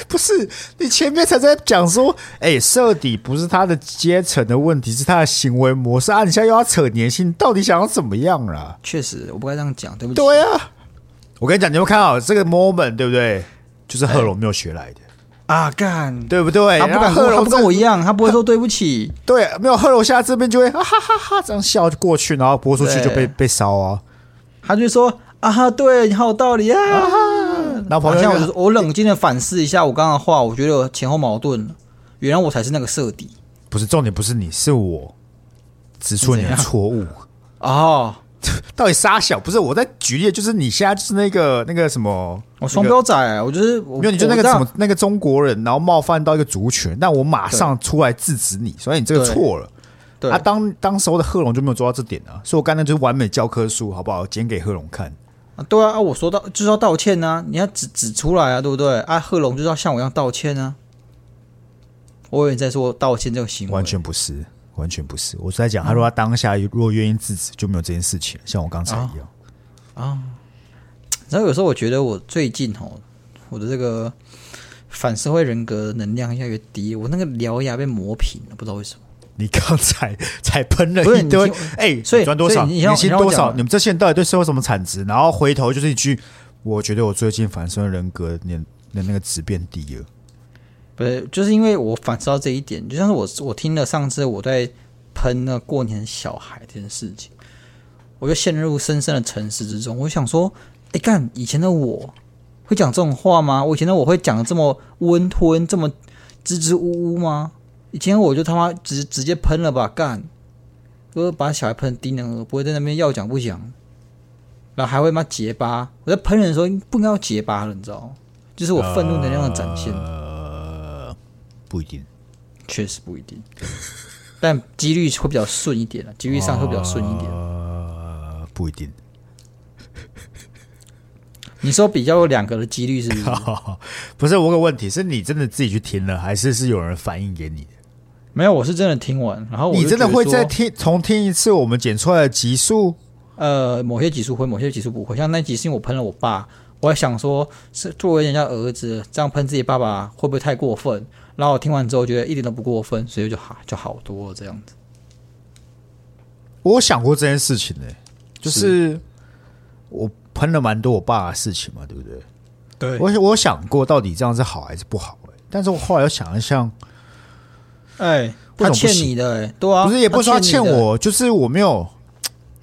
Speaker 1: 不是你前面才在讲说，哎、彻底不是他的阶层的问题，是他的行为模式啊！你现在又要扯年薪，到底想要怎么样啦？
Speaker 2: 确实，我不该这样讲，对不起。
Speaker 1: 对啊，我跟你讲，你有没有看好这个 moment，对不对？就是贺龙没有学来的，
Speaker 2: 啊，干！
Speaker 1: 对不对？
Speaker 2: 他不敢
Speaker 1: 哎然后
Speaker 2: 跟
Speaker 1: 贺
Speaker 2: 我，他
Speaker 1: 龙
Speaker 2: 不跟
Speaker 1: 这
Speaker 2: 我一样，他不会说对不起。
Speaker 1: 对，没有贺龙下这边就会哈哈哈哈这样笑就过去，然后播出去
Speaker 2: 对
Speaker 1: 就被被烧啊。
Speaker 2: 他就说啊哈，对你好有道理啊。
Speaker 1: 然后旁
Speaker 2: 好
Speaker 1: 边有一
Speaker 2: 像我嗯
Speaker 1: 个
Speaker 2: 就是我冷静的反思一下我刚刚的话，我觉得有前后矛盾了。原来我才是那个设底
Speaker 1: 不是重点，不是你，是我指出你
Speaker 2: 是
Speaker 1: 的
Speaker 2: 怎样
Speaker 1: 错误。啊
Speaker 2: 哦，
Speaker 1: 到底傻小？不是我在举例，就是你现在就是那个那个什么，
Speaker 2: 我双
Speaker 1: 那个
Speaker 2: 标仔，啊我就是我
Speaker 1: 没有，你就那个
Speaker 2: 我知道
Speaker 1: 什么那个中国人，然后冒犯到一个族群，但我马上出来制止你，所以你这个
Speaker 2: 对
Speaker 1: 错了。
Speaker 2: 对
Speaker 1: 啊，当当时候的贺龙就没有做到这点啊，所以我刚才就是完美教科书，好不好？剪给贺龙看。
Speaker 2: 啊对啊啊，我说到就是要道歉啊，你要指指出来啊，对不对？啊，贺龙就是要像我一样道歉啊。我以为你在说道歉这个行为，
Speaker 1: 完全不是，完全不是。我是在讲，他说他当下如果愿意制止，就没有这件事情，像我刚才一
Speaker 2: 啊
Speaker 1: 样。
Speaker 2: 然后有时候我觉得我最近吼，我的这个反社会人格能量越来越低，我那个獠牙被磨平了，不知道为什么。
Speaker 1: 你刚才 [LAUGHS] 才喷了
Speaker 2: 不是
Speaker 1: 一堆
Speaker 2: 你听，
Speaker 1: 哎，
Speaker 2: 所以
Speaker 1: 你赚多少？
Speaker 2: 所以你
Speaker 1: 年
Speaker 2: 让
Speaker 1: 薪
Speaker 2: 你让我
Speaker 1: 多少？
Speaker 2: 讲啊
Speaker 1: 你们这些人到底对社会什么产值？然后回头就是一句，我觉得我最近反身人格的的那个值变低了。
Speaker 2: 不是，就是因为我反思到这一点，就像是我我听了上次我在喷那过年小孩这件事情，我就陷入深深的沉思之中。我想说，哎干，以前的我会讲这种话吗？我以前的我会讲得这么温吞、这么支支吾吾吗？以前我就他妈直直接喷了吧，干，我把小孩喷低能儿，不会在那边要讲不讲，然后还会骂结巴。我在喷人的时候不应该要结巴了，你知道吗？就是我愤怒能量的展现。
Speaker 1: 呃不一定，
Speaker 2: 确实不一定，但几率会比较顺一点了，啊几率上会比较顺一点。
Speaker 1: 呃，不一定。 [LAUGHS]
Speaker 2: 你说比较有两个的几
Speaker 1: [LAUGHS]
Speaker 2: 率是不是？
Speaker 1: 不是我有个问题，是你真的自己去听了，还是是有人反映给你的？
Speaker 2: 没有，我是真的听完，然后哦我就
Speaker 1: 你真的
Speaker 2: 觉得
Speaker 1: 会
Speaker 2: 说
Speaker 1: 再听重听一次我们剪出来的集数？
Speaker 2: 呃某些集数会，某些集数不会。像那集是因为我喷了我爸，我还想说是作为人家儿子这样喷自己爸爸会不会太过分？然后我听完之后觉得一点都不过分，所以就好就好多了这样子。
Speaker 1: 我有想过这件事情呢、就是我喷了蛮多我爸的事情嘛，对不对？
Speaker 2: 对
Speaker 1: 我我有想过到底这样是好还是不好、欸、但是我后来又想一想，
Speaker 2: 哎，
Speaker 1: 为什么
Speaker 2: 他
Speaker 1: 不
Speaker 2: 欠
Speaker 1: 行
Speaker 2: 你的、哎，对啊，
Speaker 1: 不是也不是说他欠
Speaker 2: 你的，
Speaker 1: 我，就是我没有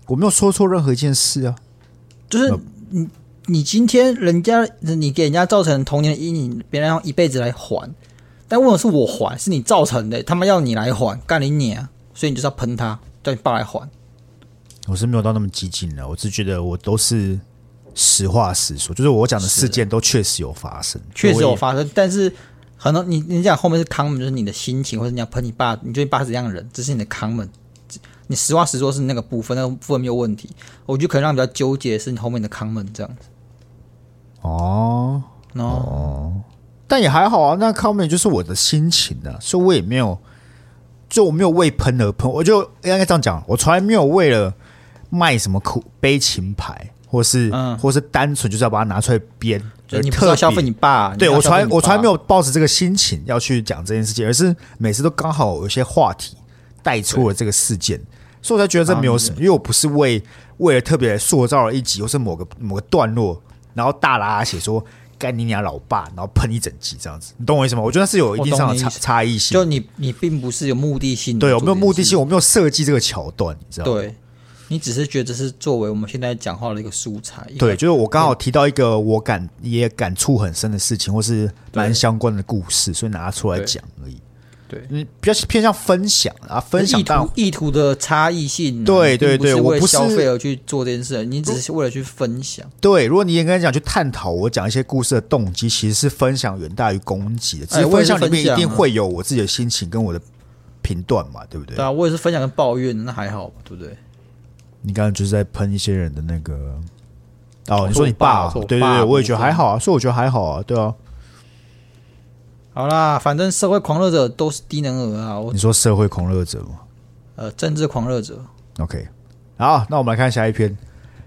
Speaker 1: 我没有说错任何一件事啊。
Speaker 2: 就是你你今天人家你给人家造成童年的阴影，别人要一辈子来还，但问题是我还是你造成的，他们要你来还，干你你啊！所以你就是要喷他，叫你爸来还。
Speaker 1: 我是没有到那么激进的，我只觉得我都是实话实说，就是我讲的事件都确实有发生，
Speaker 2: 确实
Speaker 1: 所以
Speaker 2: 有发生，但是很多你你讲后面是 comment，就是你的心情，或者你要喷你爸，你觉得你爸是怎样的人，这是你的 comment。你实话实说是那个部分，那个部分没有问题。我觉得可能让你比较纠结的是你后面的 comment 这样子。
Speaker 1: 哦。
Speaker 2: 然后
Speaker 1: 但也还好啊。那 comment 就是我的心情啊，所以我也没有，就我没有为喷而喷，我就应该这样讲，我从来没有为了卖什么苦悲情牌，或是、
Speaker 2: 嗯
Speaker 1: 或是单纯就是要把它拿出来编，
Speaker 2: 就
Speaker 1: 而
Speaker 2: 你不
Speaker 1: 特
Speaker 2: 要消
Speaker 1: 别
Speaker 2: 费你爸，
Speaker 1: 对
Speaker 2: 你不
Speaker 1: 我
Speaker 2: 要
Speaker 1: 从
Speaker 2: 消费
Speaker 1: 来
Speaker 2: 你爸
Speaker 1: 我从来没有抱着这个心情要去讲这件事情，而是每次都刚好有一些话题带出了这个事件，所以我才觉得这没有什么，因为我不是为为了特别塑造了一集或是某个某个段落，然后大拉拉写说干你娘老爸，然后喷一整集这样子，你懂我意思吗？我觉得是有一定上
Speaker 2: 我
Speaker 1: 的
Speaker 2: 懂
Speaker 1: 差
Speaker 2: 你意思
Speaker 1: 差异性
Speaker 2: 就，你你并不是有目的性的
Speaker 1: 对，
Speaker 2: 做
Speaker 1: 我
Speaker 2: 这
Speaker 1: 没有目
Speaker 2: 件事，
Speaker 1: 的性，我没有设计这个桥段，你知道吗？
Speaker 2: 对，你只是觉得这是作为我们现在讲话的一个素材，一个
Speaker 1: 对，就是我刚好提到一个我感也感触很深的事情，或是蛮
Speaker 2: 对
Speaker 1: 相关的故事，所以拿出来
Speaker 2: 对
Speaker 1: 讲而已。
Speaker 2: 对
Speaker 1: 嗯，比较偏向分享啊，分享
Speaker 2: 意
Speaker 1: 到
Speaker 2: 图意图的差异性啊，
Speaker 1: 对
Speaker 2: 你
Speaker 1: 对
Speaker 2: 并
Speaker 1: 对
Speaker 2: 是
Speaker 1: 我
Speaker 2: 为
Speaker 1: 不是
Speaker 2: 消费而去做这件事，你只是为了去分享，
Speaker 1: 对。如果你也跟他讲去探讨我讲一些故事的动机，其实是分享远大于攻击的，只
Speaker 2: 哎
Speaker 1: 是
Speaker 2: 我
Speaker 1: 分
Speaker 2: 也是
Speaker 1: 享里面
Speaker 2: 分享
Speaker 1: 一
Speaker 2: 啊
Speaker 1: 定会有我自己的心情跟我的评断嘛，对不对？
Speaker 2: 对啊，我也是分享跟抱怨，那还好吧，对不对？
Speaker 1: 你刚刚就是在喷一些人的那个。哦，
Speaker 2: 我
Speaker 1: 你
Speaker 2: 说
Speaker 1: 说你
Speaker 2: 我爸
Speaker 1: 爸
Speaker 2: 我
Speaker 1: 哦，
Speaker 2: 说我
Speaker 1: 对对
Speaker 2: 爸
Speaker 1: 对，
Speaker 2: 的
Speaker 1: 我也
Speaker 2: 部
Speaker 1: 觉得
Speaker 2: 分
Speaker 1: 还好啊，所以我觉得还好啊，对啊。
Speaker 2: 好啦，反正社会狂热者都是低能儿啊，我
Speaker 1: 你说社会狂热者吗？
Speaker 2: 呃政治狂热者，
Speaker 1: OK，好，那我们来看下一篇。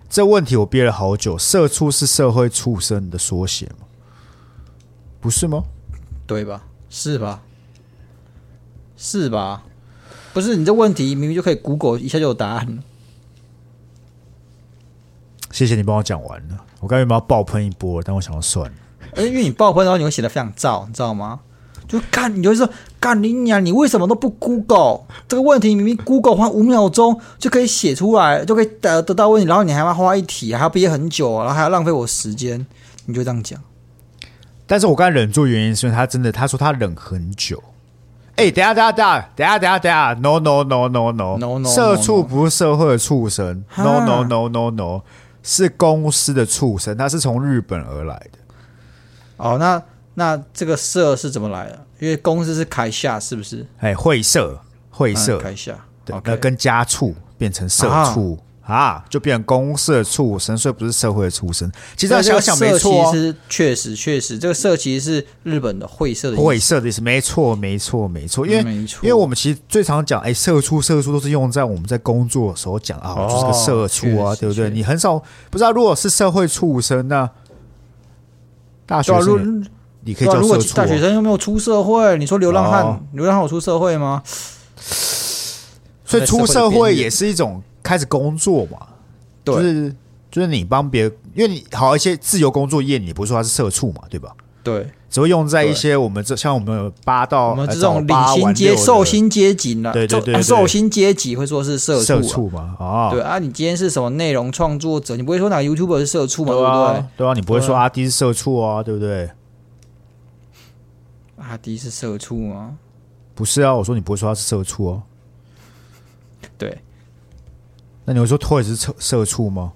Speaker 1: 这问题我憋了好久。社畜是社会畜生的缩写吗？不是吗？
Speaker 2: 对吧？是吧？是吧？不是你这问题明明就可以 Google 一下就有答案了。
Speaker 1: 谢谢你帮我讲完了。我刚原本要爆喷一波，但我想要算了。
Speaker 2: 而呃且因为你爆喷，然后你会写的非常燥，你知道吗？就干，你就会说干你娘，你为什么都不 Google 这个问题？明明 Google 花五秒钟就可以写出来，就可以得得到问题，然后你还要花一题，还要憋很久，然后还要浪费我时间，你就这样讲。
Speaker 1: 但是我刚才忍住，原因是因为他真的，他说他忍很久。哎、等一下，等一下，等一下，等一下，等一下，等一下，no no no no no
Speaker 2: No, no,
Speaker 1: 社
Speaker 2: no,
Speaker 1: 畜
Speaker 2: no
Speaker 1: 不是社会的畜生
Speaker 2: 哈
Speaker 1: ，no no no no no，是公司的畜生，他是从日本而来的。
Speaker 2: 哦，那那这个社是怎么来的？因为公司是开下，是不是？
Speaker 1: 哎、会社，会社，
Speaker 2: 嗯开下
Speaker 1: 对，那
Speaker 2: OK
Speaker 1: 跟家畜变成社畜啊，就变成公社畜生，所以不是社会的畜生。其
Speaker 2: 其
Speaker 1: 实这样想想没错、
Speaker 2: 其
Speaker 1: 哦，
Speaker 2: 实确实确实，这个社其实是日本的会社的意思
Speaker 1: 会社的意思，没错，没错，没错，因为。
Speaker 2: 嗯没错，
Speaker 1: 因为我们其实最常讲，哎、社畜，社畜都是用在我们在工作的时候讲啊，
Speaker 2: 哦
Speaker 1: 我就是个社畜啊，
Speaker 2: 确实
Speaker 1: 对不对？
Speaker 2: 确实
Speaker 1: 你很少不知道，如果是社会畜生，那大学
Speaker 2: 对啊，如
Speaker 1: 生你可以
Speaker 2: 对啊，
Speaker 1: 叫
Speaker 2: 如果
Speaker 1: 社畜、
Speaker 2: 大学
Speaker 1: 哦，
Speaker 2: 生又没有出社会，你说流浪汉，
Speaker 1: 哦
Speaker 2: 流浪汉有出社会吗？
Speaker 1: 所以出
Speaker 2: 在社
Speaker 1: 社
Speaker 2: 会的边
Speaker 1: 会
Speaker 2: 缘
Speaker 1: 也是一种开始工作嘛，
Speaker 2: 对
Speaker 1: 就是就是你帮别人，因为你好一些自由工作业，你不是说他是社畜嘛，对吧？
Speaker 2: 对，
Speaker 1: 只会用在一些我们这像我们有八到
Speaker 2: 我们
Speaker 1: 呃
Speaker 2: 这种领
Speaker 1: 早八
Speaker 2: 薪
Speaker 1: 晚
Speaker 2: 阶
Speaker 1: 六的
Speaker 2: 受薪阶级呢，
Speaker 1: 对对
Speaker 2: 受
Speaker 1: 对
Speaker 2: 啊
Speaker 1: 对
Speaker 2: 受薪阶级会说是社畜啊
Speaker 1: 社畜嘛，啊，
Speaker 2: 对啊，你今天是什么内容创作者？你不会说哪个 YouTuber 是社畜嘛？
Speaker 1: 对
Speaker 2: 对
Speaker 1: 啊，对啊，你不会说
Speaker 2: 对
Speaker 1: 阿迪是社畜啊，对不对？
Speaker 2: 不对？阿迪是社畜吗？
Speaker 1: 不是啊，我说你不会说他是社畜哦、
Speaker 2: 对，
Speaker 1: 那你会说 Toys 是社社畜吗？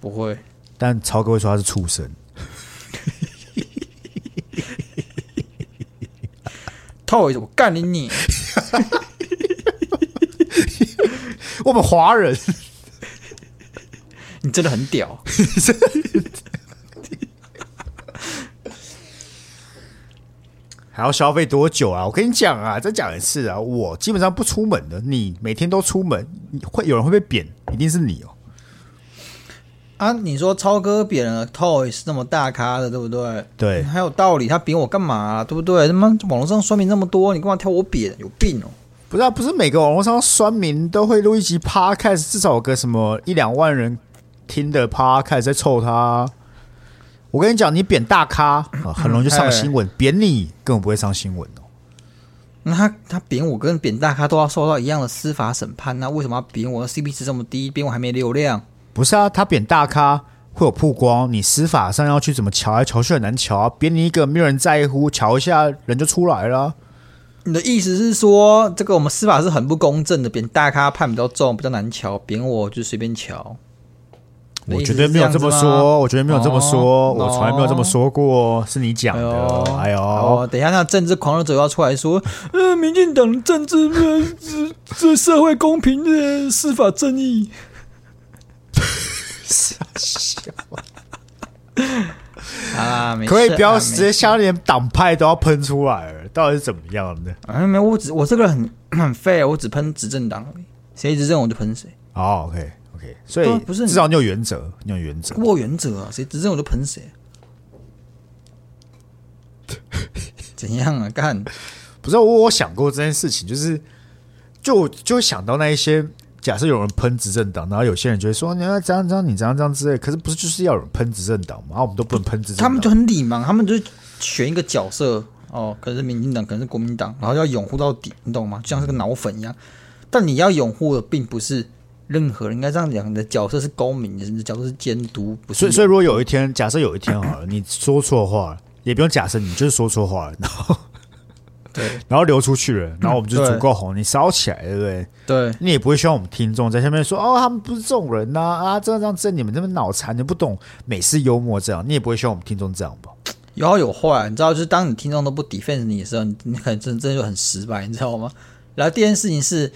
Speaker 2: 不会。
Speaker 1: 但曹哥会说他是畜生，
Speaker 2: Toys，我干你你！ [LAUGHS]
Speaker 1: 我们华人 [LAUGHS]
Speaker 2: 你真的很屌。
Speaker 1: 还要消费多久啊？我跟你讲啊，再讲一次啊，我基本上不出门的，你每天都出门，你会有人会被贬，一定是你哦、
Speaker 2: 啊，你说超哥扁了 Toys 那么大咖的，对不对？嗯
Speaker 1: 对，
Speaker 2: 还有道理，他扁我干嘛、啊？对不对？他妈网络上说明那么多，你干嘛挑我扁？有病哦！
Speaker 1: 不是啊，不是每个网络上酸民都会录一集 podcast，至少有个什么一两万人听的 podcast 在臭他啊、我跟你讲，你贬大咖啊，很
Speaker 2: 嗯
Speaker 1: 容易就
Speaker 2: 哎
Speaker 1: 上新闻，贬你根本不会上新闻哦。
Speaker 2: 那他他扁我跟扁大咖都要受到一样的司法审判，那为什么要扁我？CP 值这么低，扁我还没流量，
Speaker 1: 不是啊，他贬大咖会有曝光，你司法上要去怎么瞧来瞧去很难瞧啊，贬你一个没有人在乎，瞧一下人就出来了啊。
Speaker 2: 你的意思是说，这个我们司法是很不公正的，扁大咖判比较重，比较难瞧，扁我就随便瞧。你的
Speaker 1: 我
Speaker 2: 意
Speaker 1: 绝
Speaker 2: 思
Speaker 1: 对
Speaker 2: 是
Speaker 1: 没有这么
Speaker 2: 样子吗。
Speaker 1: 说，我绝对没有这么说，
Speaker 2: 哦
Speaker 1: 我从来没有这么说过，是你讲的。哎呦，
Speaker 2: 哦，等一下，那政治狂热者又要出来说，呃，民进党的政治，呃，这这社会公平的司法正
Speaker 1: [LAUGHS]
Speaker 2: 义， [LAUGHS] 啊，没事
Speaker 1: 可以不要
Speaker 2: 啊
Speaker 1: 直
Speaker 2: 没
Speaker 1: 接下连党派都要喷出来了，到底是怎么样的？
Speaker 2: 啊，没有，我只我这个人很 [CLEARS THROAT] 很废，啊我只喷执政党而已，谁执政我就喷谁，
Speaker 1: 哦，OK OK，所以
Speaker 2: 对啊不是你
Speaker 1: 至少你有原则，你有原则。
Speaker 2: 我有原则啊，谁执政我就喷
Speaker 1: [LAUGHS]
Speaker 2: 谁。怎样啊？干，
Speaker 1: 不是我我想过这件事情，就是就就会想到那一些，假设有人喷执政党，然后有些人就会说你要怎样怎样，你怎样怎样之类，可是不是就是要有人喷执政党嘛？啊，我们都不能喷执政党，啊
Speaker 2: 他们就很啊礼貌，他们就选一个角色哦，可能是民进党，可能是国民党，然后要拥护到底，你懂吗？就像是个脑粉一样。但你要拥护的并不是任何人，应该这样讲，你的角色是公民，你的角色是监督，不是
Speaker 1: 所以
Speaker 2: 拥
Speaker 1: 所以如果有一天，假设有一天好了，你说错话了，也不用假设，你就是说错话了，然后 [LAUGHS]
Speaker 2: 对
Speaker 1: 然后流出去了，然后我们就
Speaker 2: 对
Speaker 1: 足够红，你烧起来，对不对？
Speaker 2: 对
Speaker 1: 你也不会希望我们听众在下面说哦，他们不是这种人呐啊这样这样这样你们这么脑残，你不懂美式幽默这样，你也不会希望我们听众这样吧？
Speaker 2: 有好有坏，你知道，就是当你听众都不 defend 你的时候，你你可能真真的就很失败，你知道吗？然后第二件事情是，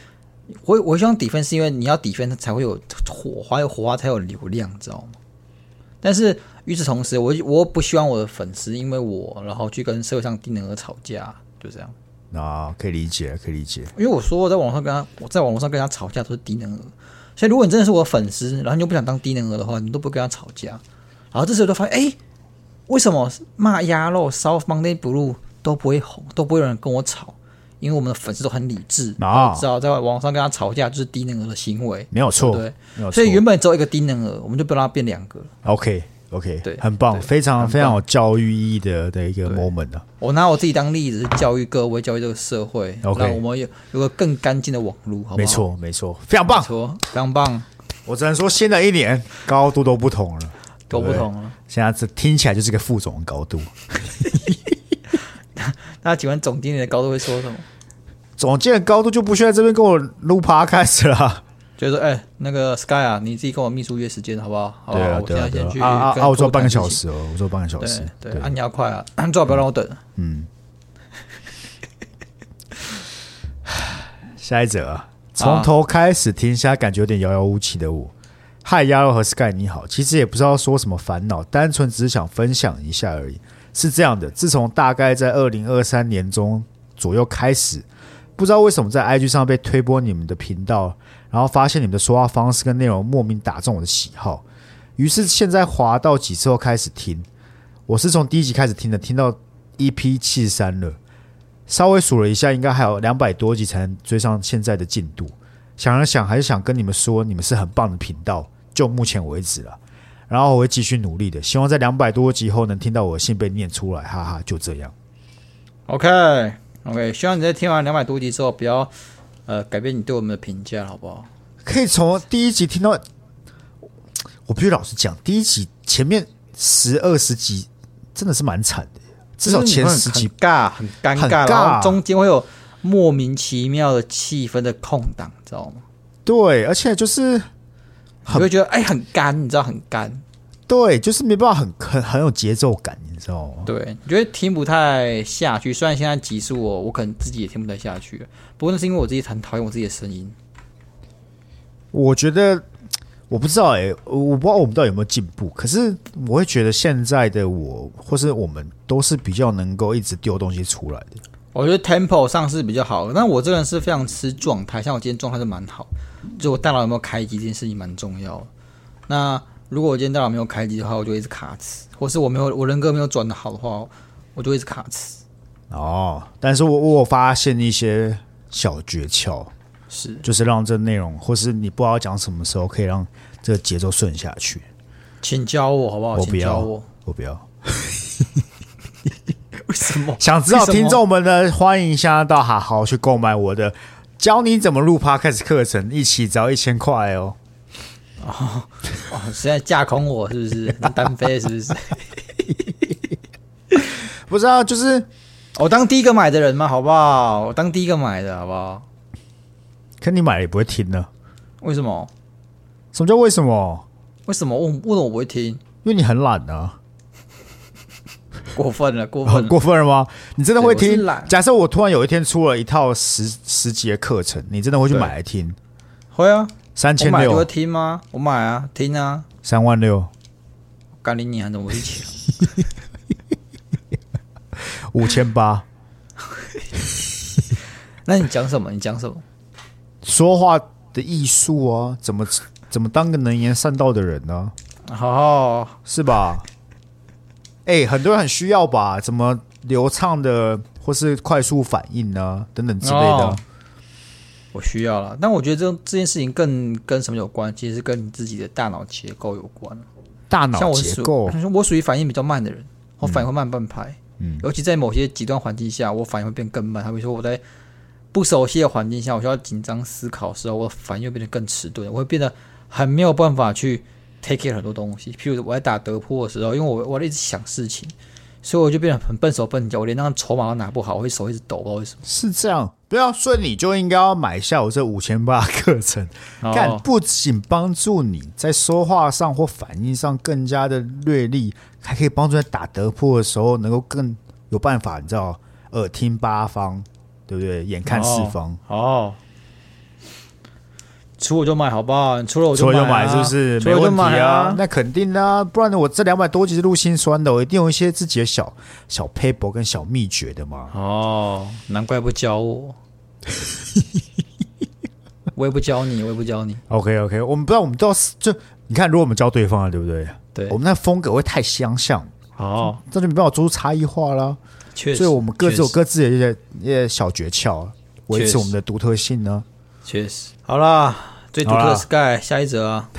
Speaker 2: 我我希望 defend 是因为你要 defend 它才会有火花，有火花才有流量，你知道吗？但是与此同时，我我又不希望我的粉丝因为我然后去跟社会上低能儿吵架，就这样。
Speaker 1: 啊，可以理解，可以理解。
Speaker 2: 因为我说我在网上跟他，我在网络上跟他吵架都是低能儿，所以如果你真的是我的粉丝，然后你又不想当低能儿的话，你都不会跟他吵架。然后这时候就发现，哎，为什么骂鸭肉、烧 Monday Blue 都不会红，都不会有人跟我吵？因为我们的粉丝都很理智，
Speaker 1: 啊
Speaker 2: 然后知道在网上跟他吵架就是低能儿的行为，
Speaker 1: 没有错，
Speaker 2: 对
Speaker 1: 没有错。
Speaker 2: 所以原本只有一个低能儿，我们就不让他变两个了。
Speaker 1: OK OK，
Speaker 2: 对
Speaker 1: 很棒，
Speaker 2: 对
Speaker 1: 非常
Speaker 2: 很棒
Speaker 1: 非常有教育意义的的一个
Speaker 2: 对
Speaker 1: moment 啊。
Speaker 2: 我拿我自己当例子，是教育各位，教育这个社会，
Speaker 1: OK
Speaker 2: 让我们有有个更干净的网络，好不好？
Speaker 1: 没，错，没错，非常
Speaker 2: 没
Speaker 1: 棒。
Speaker 2: 错，非常棒，
Speaker 1: 我只能说，新的一年高度都不同了。
Speaker 2: 都不
Speaker 1: 对
Speaker 2: 同啊了。
Speaker 1: 现在这听起来就是个副总的高度，
Speaker 2: 那请问总经理的高度会说什么？
Speaker 1: 总监的高度就不需要在这边跟我录 podcast 了啊。
Speaker 2: 就是说，哎、那个 Sky 啊，你自己跟我秘书约时间好不好？好不
Speaker 1: 对
Speaker 2: 好
Speaker 1: 啊，
Speaker 2: 哦我
Speaker 1: 对
Speaker 2: 现
Speaker 1: 啊，
Speaker 2: 在
Speaker 1: 对
Speaker 2: 先
Speaker 1: 啊
Speaker 2: 去
Speaker 1: 啊啊！
Speaker 2: 跟
Speaker 1: 啊我做
Speaker 2: 客户
Speaker 1: 半个
Speaker 2: 谈
Speaker 1: 小
Speaker 2: 事情。
Speaker 1: 时哦，我做半个小时。
Speaker 2: 对对，啊，你要快啊， [COUGHS] 最好不要让我等。
Speaker 1: 下一则啊，从头开始听下，感觉有点遥遥无期的我。嗨，鸭肉和 Sky，你好。其实也不知道说什么烦恼，单纯只是想分享一下而已。是这样的，自从大概在二零二三年中左右开始，不知道为什么在 IG 上被推播你们的频道，然后发现你们的说话方式跟内容莫名打中我的喜好，于是现在滑到几次后开始听。我是从第一集开始听的，听到 EP 七十三了。稍微数了一下，应该还有两百多集才能追上现在的进度。想了想，还是想跟你们说，你们是很棒的频道，就目前为止了。然后我会继续努力的，希望在两百多集后能听到我的信被念出来，哈哈，就这样。
Speaker 2: OK OK，希望你在听完两百多集之后，不要呃改变你对我们的评价，好不好？
Speaker 1: 可以从第一集听到，我必须老实讲，第一集前面十二十集真的是蛮惨的，至少前十集
Speaker 2: 很尬，很尴
Speaker 1: 很
Speaker 2: 尬，
Speaker 1: 尬
Speaker 2: 然后中间会有莫名其妙的气氛的空档，你知道吗？
Speaker 1: 对，而且就是
Speaker 2: 你
Speaker 1: 很
Speaker 2: 会觉得哎、很干，你知道很干，
Speaker 1: 对，就是没办法很很很有节奏感，你知道吗？
Speaker 2: 对，你觉得听不太下去。虽然现在集数我我可能自己也听不太下去了，不过那是因为我自己很讨厌我自己的声音。
Speaker 1: 我觉得我不知道哎、我不知道我们到底有没有进步。可是我会觉得现在的我，或是我们都是比较能够一直丢东西出来的。
Speaker 2: 我觉得 tempo 上是比较好的，但我这个人是非常吃状态，像我今天状态是蛮好，就我大脑有没有开机这件事情蛮重要的。那如果我今天大脑没有开机的话，我就一直卡词，或是我没有我人格没有转的好的话，我就一直卡词。
Speaker 1: 哦，但是我我有发现一些小诀窍，
Speaker 2: 是
Speaker 1: 就是让这内容，或是你不知道讲什么时候，可以让这个节奏顺下去。
Speaker 2: 请教我好不好？
Speaker 1: 我不
Speaker 2: 请教
Speaker 1: 要
Speaker 2: 我。
Speaker 1: 我不要，
Speaker 2: 为什么？
Speaker 1: 想知道
Speaker 2: 为什么
Speaker 1: 听众们呢，欢迎现在到好好去购买我的教你怎么录 podcast 课程，一起只要一千块哦。
Speaker 2: 哦， [LAUGHS] 现在架空我是不是？ [LAUGHS] 你单飞是不是？
Speaker 1: 不知道就是
Speaker 2: 我哦当第一个买的人嘛，好不好？我当第一个买的好不好？
Speaker 1: 可你买了也不会听呢？
Speaker 2: 为什么？
Speaker 1: 什么叫为什么？
Speaker 2: 为什么问问我不会听？
Speaker 1: 因为你很懒啊，
Speaker 2: 过分
Speaker 1: 哦
Speaker 2: 了，过分了。
Speaker 1: 过分了吗？你真的会
Speaker 2: 对我是
Speaker 1: 听
Speaker 2: 懒？
Speaker 1: 假设我突然有一天出了一套十十节课程，你真的会去买来听？
Speaker 2: 会啊，
Speaker 1: 三
Speaker 2: 我
Speaker 1: 千
Speaker 2: 买就会
Speaker 1: 六、
Speaker 2: 听吗？我买啊，听啊，
Speaker 1: 三万六、
Speaker 2: 干你娘，怎么会抢？
Speaker 1: 五千八，
Speaker 2: 那你讲什么？你讲什么？
Speaker 1: 说话的艺术啊，怎么怎么当个能言善道的人呢、
Speaker 2: 哦，
Speaker 1: 是吧？哎、很多人很需要吧？怎么流畅的或是快速反应呢、等等之类的。
Speaker 2: 哦我需要了。但我觉得这这件事情更跟什么有关？其实是跟你自己的大脑结构有关。
Speaker 1: 大脑
Speaker 2: 像我
Speaker 1: 结
Speaker 2: 属
Speaker 1: 构，
Speaker 2: 我属于反应比较慢的人，我反应会慢半拍。
Speaker 1: 嗯
Speaker 2: 尤其在某些极端环境下，我反应会变更慢。好比说我在不熟悉的环境下，我需要紧张思考的时候，我反应会变得更迟钝，我会变得很没有办法去 take care 很多东西。譬如我在打德扑的时候，因为我我在一直想事情，所以我就变得很笨手笨脚，我连那个筹码都拿不好，我会手一直抖，不知道为什么。
Speaker 1: 是这样，对啊，所以你就应该要买下我这五千八课程，干、
Speaker 2: 哦
Speaker 1: 不仅帮助你在说话上或反应上更加的锐利，还可以帮助你打德扑的时候能够更有办法，你知道，耳听八方，对不对？眼看四方，
Speaker 2: 哦。出我就买，好不好？你出了我就
Speaker 1: 所以
Speaker 2: 买、
Speaker 1: 就
Speaker 2: 啊，
Speaker 1: 买是不是？
Speaker 2: 出
Speaker 1: 没
Speaker 2: 了我就
Speaker 1: 问题
Speaker 2: 买
Speaker 1: 啊，那肯定啊，不然我这两百多集是录心酸的，我一定有一些自己的小小 paper 跟小秘诀的嘛。
Speaker 2: 哦，难怪不教 [LAUGHS] 我，我也不教你，我也不教你。
Speaker 1: OK OK，我们不知道我们都要就你看，如果我们教对方了，对不对？
Speaker 2: 对
Speaker 1: 我，们那风格会太相像。
Speaker 2: 哦，
Speaker 1: 这就没办法做出差异化啦。
Speaker 2: 确实，
Speaker 1: 所以我们各自有
Speaker 2: 确实
Speaker 1: 各自的一些一些小诀窍，维
Speaker 2: 确
Speaker 1: 持
Speaker 2: 实
Speaker 1: 我们的独特性呢。
Speaker 2: 确实。好啦，最独特
Speaker 1: 好
Speaker 2: 的
Speaker 1: 啦
Speaker 2: Sky 下一则啊，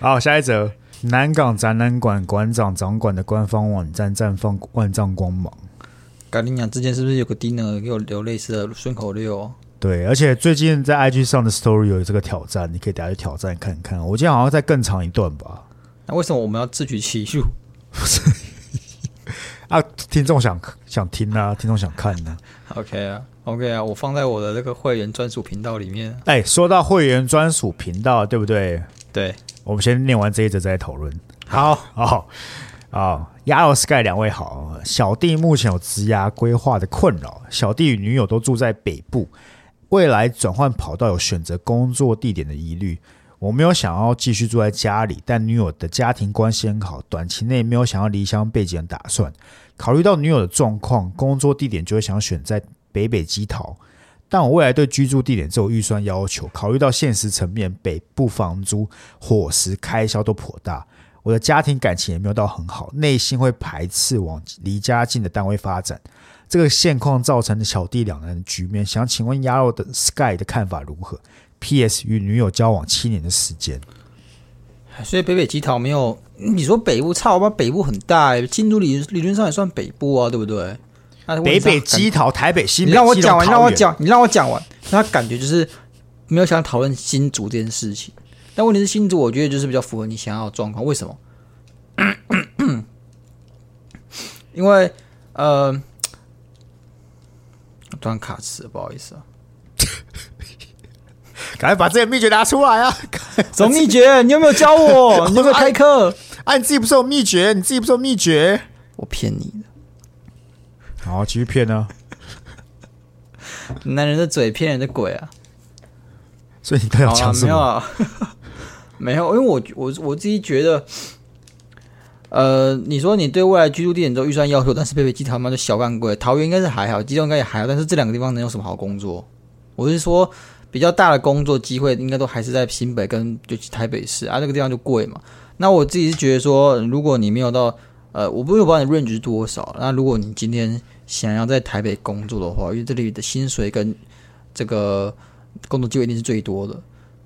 Speaker 1: 好，下一则，南港展览馆馆长掌管的官方网站绽放万丈光芒。
Speaker 2: 赶紧讲之前是不是有个 Dinner 给我留类似的顺口溜哦？
Speaker 1: 对，而且最近在 IG 上的 Story 有这个挑战，你可以大家去挑战看看。我今天好像再更长一段吧。
Speaker 2: 那为什么我们要自取其辱？ [LAUGHS]
Speaker 1: 啊，听众想想听啊，听众想看呢、
Speaker 2: OK 啊，OK 啊，我放在我的那个会员专属频道里面。
Speaker 1: 哎，说到会员专属频道，对不对？
Speaker 2: 对，
Speaker 1: 我们先念完这一则再来讨论。
Speaker 2: 好，
Speaker 1: 好，啊，亚奥 Sky 两位好，小弟目前有职涯规划的困扰，小弟与女友都住在北部，未来转换跑道有选择工作地点的疑虑。我没有想要继续住在家里，但女友的家庭关系很好，短期内没有想要离乡背井的打算。考虑到女友的状况，工作地点就会想选在北北基桃。但我未来对居住地点只有预算要求，考虑到现实层面，北部房租、伙食开销都颇大，我的家庭感情也没有到很好，内心会排斥往离家近的单位发展。这个现况造成的小弟两难的局面，想请问鸭肉的 Sky 的看法如何？P.S. 与女友交往七年的时间，
Speaker 2: 所以北北基桃没有，你说北部操吧，北部很大、欸，京都理理论上也算北部啊，对不对？那问
Speaker 1: 北
Speaker 2: 一下
Speaker 1: 北基桃、台北新
Speaker 2: 你
Speaker 1: 北、
Speaker 2: 让我
Speaker 1: 基隆
Speaker 2: 讲完，
Speaker 1: 桃
Speaker 2: 你让我
Speaker 1: 园，
Speaker 2: 讲，你让我讲完。那感觉就是没有想讨论新竹这件事情。但问题是新竹，我觉得就是比较符合你想要的状况。为什么？ [COUGHS] 因为呃，突然卡词，不好意思啊。 [LAUGHS]
Speaker 1: 赶快把这些秘诀拿出来啊！
Speaker 2: 总秘诀，你有没有教 [LAUGHS] 我？你有没有开课？
Speaker 1: 啊，你自己不是有秘诀？你自己不是有秘诀？
Speaker 2: 我骗你的，
Speaker 1: 好，继续骗啊！
Speaker 2: 男人的嘴骗人的鬼啊！
Speaker 1: 所以你到底要
Speaker 2: 好啦
Speaker 1: 讲什
Speaker 2: 没有
Speaker 1: 么？
Speaker 2: 啊， [LAUGHS] 没有，因为我我我自己觉得，呃，你说你对未来居住地点都预算要求，但是北北基桃嘛就小干贵，桃园应该是还好，基隆应该也还好，但是这两个地方能有什么好工作？我是说，比较大的工作机会应该都还是在新北跟就台北市啊，那个地方就贵嘛。那我自己是觉得说，如果你没有到呃，我不是道你的 range 是多少，那如果你今天想要在台北工作的话，因为这里的薪水跟这个工作机会一定是最多的，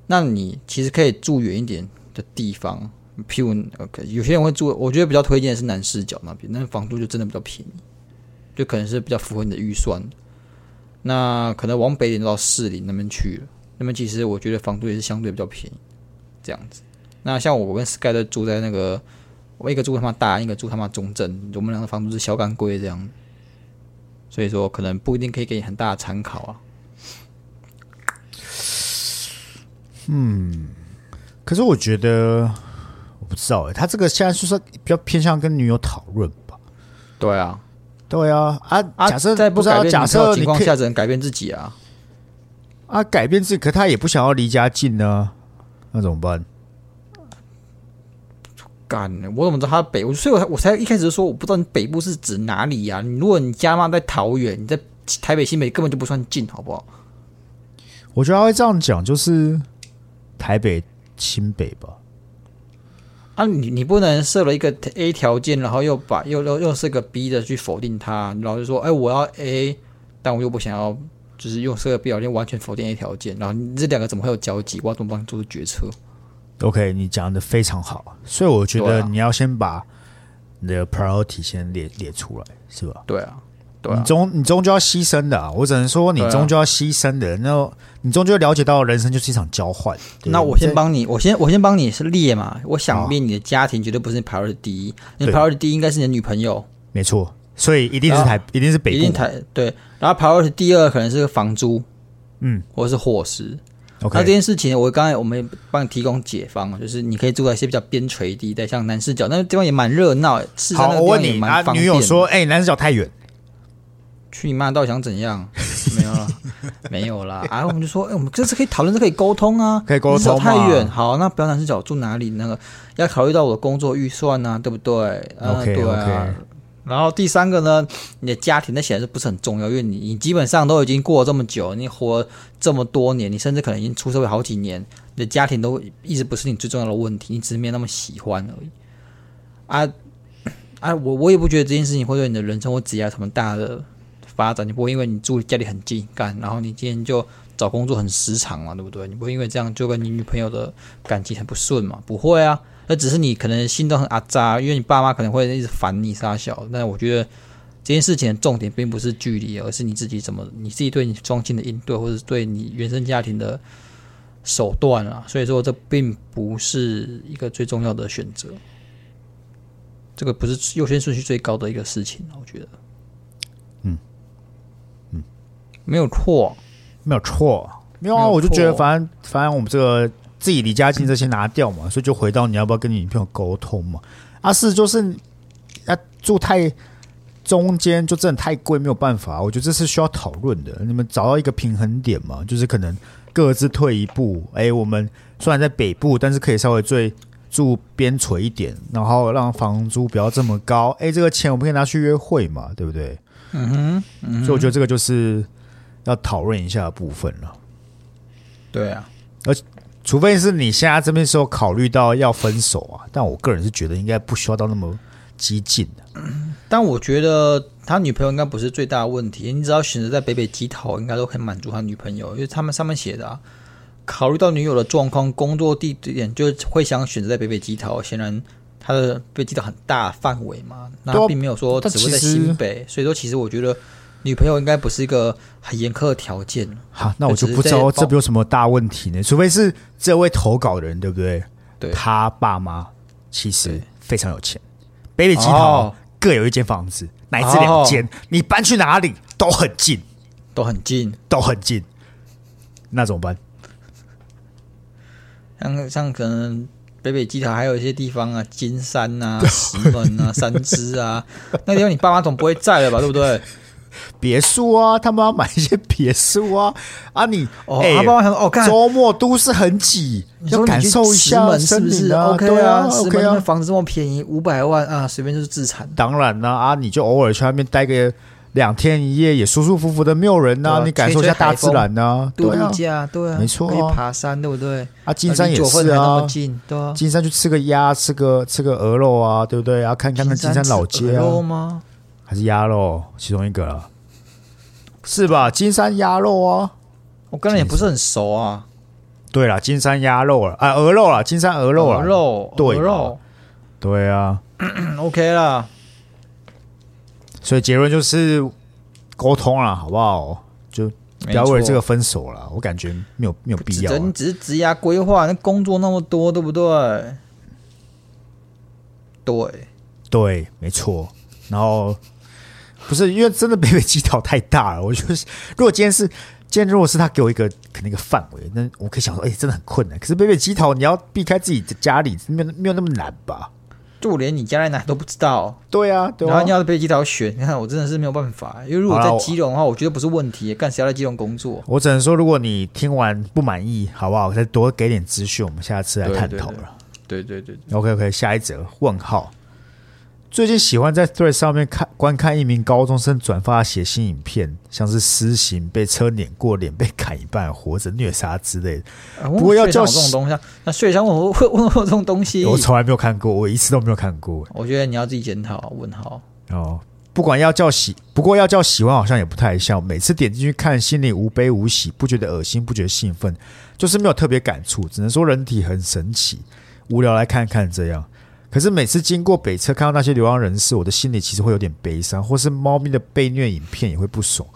Speaker 2: 那你其实可以住远一点的地方，譬如呃，有些人会住，我觉得比较推荐的是南市角那边，那房租就真的比较便宜，就可能是比较符合你的预算的。那可能往北点到士林那边去了，那边其实我觉得房租也是相对比较便宜，这样子。那像我跟 Sky 都住在那个，我一个住他妈大安，一个住他妈中正，我们两个房租是小港龟这样，所以说可能不一定可以给你很大的参考啊。
Speaker 1: 可是我觉得，我不知道哎、他这个现在就是比较偏向跟女友讨论吧？
Speaker 2: 对啊，
Speaker 1: 对啊，啊，
Speaker 2: 啊，
Speaker 1: 假设
Speaker 2: 在不
Speaker 1: 不知道
Speaker 2: 改变
Speaker 1: 假
Speaker 2: 女朋友
Speaker 1: 设
Speaker 2: 的
Speaker 1: 你
Speaker 2: 情况
Speaker 1: 可以
Speaker 2: 下，只能改变自己啊。
Speaker 1: 啊改变自己，可他也不想要离家近呢、那怎么办？
Speaker 2: 干，我怎么知道他北部？所以我才我才一开始就说，我不知道你北部是指哪里呀、你如果你家嘛在桃园，你在台北新北根本就不算近，好不好？
Speaker 1: 我觉得他会这样讲，就是台北、新北吧。
Speaker 2: 啊，你你不能设了一个 A 条件，然后又把又又又是个 B 的去否定它，然后就说，哎、我要 A，但我又不想要，就是用设个 B 条件完全否定 A 条件，然后你这两个怎么会有交集？我要怎么帮你做出决策？
Speaker 1: OK，你讲的非常好，所以我觉
Speaker 2: 对
Speaker 1: 得
Speaker 2: 啊
Speaker 1: 你要先把你的 priority 先列列出来，是吧？
Speaker 2: 对啊，对
Speaker 1: 你
Speaker 2: 啊，
Speaker 1: 终你终究要牺牲的、啊，我只能说你
Speaker 2: 对啊
Speaker 1: 终究要牺牲的，然后你终究了解到人生就是一场交换。对
Speaker 2: 那我先
Speaker 1: 这
Speaker 2: 帮你，我先我先帮你是列嘛，我想
Speaker 1: 好
Speaker 2: 必你的家庭绝对不是你 priority 第一，你的
Speaker 1: 对
Speaker 2: priority 第一应该是你的女朋友，
Speaker 1: 没错，所以一定是
Speaker 2: 然后
Speaker 1: 台，一定是北
Speaker 2: 啊一定
Speaker 1: 部。
Speaker 2: 台对，然后 priority 第二可能是房租，
Speaker 1: 嗯
Speaker 2: 或者是伙食。那这
Speaker 1: OK，
Speaker 2: 件事情，我刚才我们也帮你提供解方，就是你可以住在一些比较边陲地带，像南市角那个地方也蛮热闹，市山
Speaker 1: 好，
Speaker 2: 那个
Speaker 1: 我
Speaker 2: 地
Speaker 1: 问
Speaker 2: 方也
Speaker 1: 你，
Speaker 2: 蛮
Speaker 1: 啊
Speaker 2: 方，便
Speaker 1: 女
Speaker 2: 的。
Speaker 1: 友说，哎、男主角太远，
Speaker 2: 去你妈，到底想怎样？没有啦，没有啦。啊，我们就说，哎、我们这次可以讨论，这可以沟通啊，
Speaker 1: 可以沟通
Speaker 2: 你走太
Speaker 1: 嘛
Speaker 2: 远，好，那不要南市角住哪里？那个要考虑到我的工作预算啊，对不对？啊
Speaker 1: OK，
Speaker 2: 对啊。
Speaker 1: OK
Speaker 2: 然后第三个呢，你的家庭那显然是不是很重要，因为你你基本上都已经过了这么久，你活了这么多年，你甚至可能已经出社会好几年，你的家庭都一直不是你最重要的问题，你只是没有那么喜欢而已。啊啊，我我也不觉得这件事情会对你的人生或职业有什么大的发展，你不会因为你住家里很近干，然后你今天就找工作很时长嘛，对不对？你不会因为这样就跟你女朋友的感情很不顺嘛？不会啊，那只是你可能心都很阿扎，因为你爸妈可能会一直烦你傻小。但我觉得这件事情的重点并不是距离，而是你自己怎么你自己对你双亲的应对，或者是对你原生家庭的手段啊。所以说，这并不是一个最重要的选择。这个不是优先顺序最高的一个事情，我觉得。嗯嗯，没有错。
Speaker 1: 没有错，没有
Speaker 2: 没
Speaker 1: 啊，
Speaker 2: 有
Speaker 1: 我就觉得
Speaker 2: 错
Speaker 1: 反正反正我们这个自己离家近这些拿掉嘛，所以就回到你要不要跟你女朋友沟通嘛。啊，是就是住太中间就真的太贵，没有办法。我觉得这是需要讨论的。你们找到一个平衡点嘛，就是可能各自退一步。哎、我们虽然在北部，但是可以稍微最住边陲一点，然后让房租不要这么高。哎、这个钱我们可以拿去约会嘛，对不对？嗯哼，所以我觉得这个就是要讨论一下的部分了。
Speaker 2: 对啊，
Speaker 1: 除非是你现在这边时候考虑到要分手啊，但我个人是觉得应该不需要到那么激进的。
Speaker 2: 但我觉得他女朋友应该不是最大的问题，你只要选择在北北基桃，应该都可以满足他女朋友，因为他们上面写的、啊，考虑到女友的状况、工作地点，就会想选择在北北基桃。显然，他的北基桃很大范围嘛，那
Speaker 1: 对啊
Speaker 2: 并没有说
Speaker 1: 但
Speaker 2: 只会在
Speaker 1: 其实
Speaker 2: 新北，所以说其实我觉得女朋友应该不是一个很严苛的条件。
Speaker 1: 好，那我就
Speaker 2: 哎只是
Speaker 1: 不知
Speaker 2: 在
Speaker 1: 道
Speaker 2: 报
Speaker 1: 这边有什么大问题呢？除非是这位投稿的人，对不对？
Speaker 2: 对
Speaker 1: 他爸妈其实
Speaker 2: 对
Speaker 1: 非常有钱，北北基桃、
Speaker 2: 哦
Speaker 1: 各有一间房子，乃至两间，你搬去哪里都很近，
Speaker 2: 都很近，
Speaker 1: 都很近。那怎么办？
Speaker 2: 像像可能北北基桃还有一些地方啊，金山啊、石门
Speaker 1: [LAUGHS]
Speaker 2: 啊、三芝啊，那地方你爸妈总不会在了吧，对不对？
Speaker 1: 别墅啊，他们要买一些别墅啊啊你！
Speaker 2: 哦，
Speaker 1: 哎
Speaker 2: 他爸妈想说，哦，干，
Speaker 1: 周末都市很挤，
Speaker 2: 你
Speaker 1: 要
Speaker 2: 说
Speaker 1: 感
Speaker 2: 你去
Speaker 1: 受一
Speaker 2: 石
Speaker 1: 下
Speaker 2: 门是
Speaker 1: 森
Speaker 2: 不是
Speaker 1: 林啊，
Speaker 2: ？OK
Speaker 1: 对啊
Speaker 2: 石
Speaker 1: ，OK
Speaker 2: 门
Speaker 1: 啊
Speaker 2: 那，房子这么便宜，五百万啊，随便就是自产。
Speaker 1: 当然啦、啊，你就偶尔去那边待个两天一夜，也舒舒服服的，没有人呐、
Speaker 2: 对啊
Speaker 1: 你感受一下大自然呐、
Speaker 2: 度
Speaker 1: 对
Speaker 2: 度
Speaker 1: 啊，
Speaker 2: 假，对啊，
Speaker 1: 没错啊
Speaker 2: 可以爬山，对不对？
Speaker 1: 啊，金山
Speaker 2: 离
Speaker 1: 也
Speaker 2: 九份
Speaker 1: 是
Speaker 2: 还那
Speaker 1: 啊
Speaker 2: 么，近，对啊。
Speaker 1: 金山去吃个鸭，吃个吃个鹅肉啊，对不对？啊，看看看金山老街
Speaker 2: 金山吃鹅肉
Speaker 1: 啊，
Speaker 2: 吗？
Speaker 1: 还是鸭肉，其中一个啦，是吧？金山鸭肉啊，
Speaker 2: 我跟人也不是很熟啊。
Speaker 1: 对啦，金山鸭肉了，啊，鹅肉啦，金山鹅肉啦，啊
Speaker 2: 鹅哦肉，
Speaker 1: 对
Speaker 2: 鹅肉
Speaker 1: 对啊，
Speaker 2: 嗯，OK 啦。
Speaker 1: 所以结论就是沟通啦，好不好？就不要为了这个
Speaker 2: 没错
Speaker 1: 分手了，我感觉没有没有必要、啊
Speaker 2: 只。只是职涯规划，那工作那么多，对不对？对，
Speaker 1: 对，没错。然后不是因为真的北北基岛太大了，我就是如果今天是今天如果是他给我一个可能一个范围，那我可以想说，哎、真的很困难。可是北北基岛你要避开自己的家里，没有没有那么难吧？
Speaker 2: 就我连你家在哪都不知道，
Speaker 1: 对啊，对
Speaker 2: 然后
Speaker 1: 啊
Speaker 2: 你。要被基桃选，你看我真的是没有办法，因为如果
Speaker 1: 好啦
Speaker 2: 在
Speaker 1: 我
Speaker 2: 基隆的话，我觉得不是问题，干谁要在基隆工作？
Speaker 1: 我只能说，如果你听完不满意，好不好？再多给点资讯，我们下次来探讨了。
Speaker 2: 对对对
Speaker 1: OK OK，下一则问号。最近喜欢在 Thread 上面看观看一名高中生转发的血腥影片，像是私刑、被车碾过、脸被砍一半、活着虐杀之类的。
Speaker 2: 不
Speaker 1: 过要叫
Speaker 2: 这种东西啊，那税商问我会问我这种东西，
Speaker 1: 我从来没有看过，我一次都没有看过。
Speaker 2: 我觉得你要自己检讨。问号，
Speaker 1: 哦，不管要叫喜，不过要叫喜欢好像也不太像。每次点进去看，心里无悲无喜，不觉得恶心，不觉得兴奋，就是没有特别感触，只能说人体很神奇，无聊来看看这样。可是每次经过北侧看到那些流浪人士，我的心里其实会有点悲伤，或是猫咪的被虐影片也会不爽。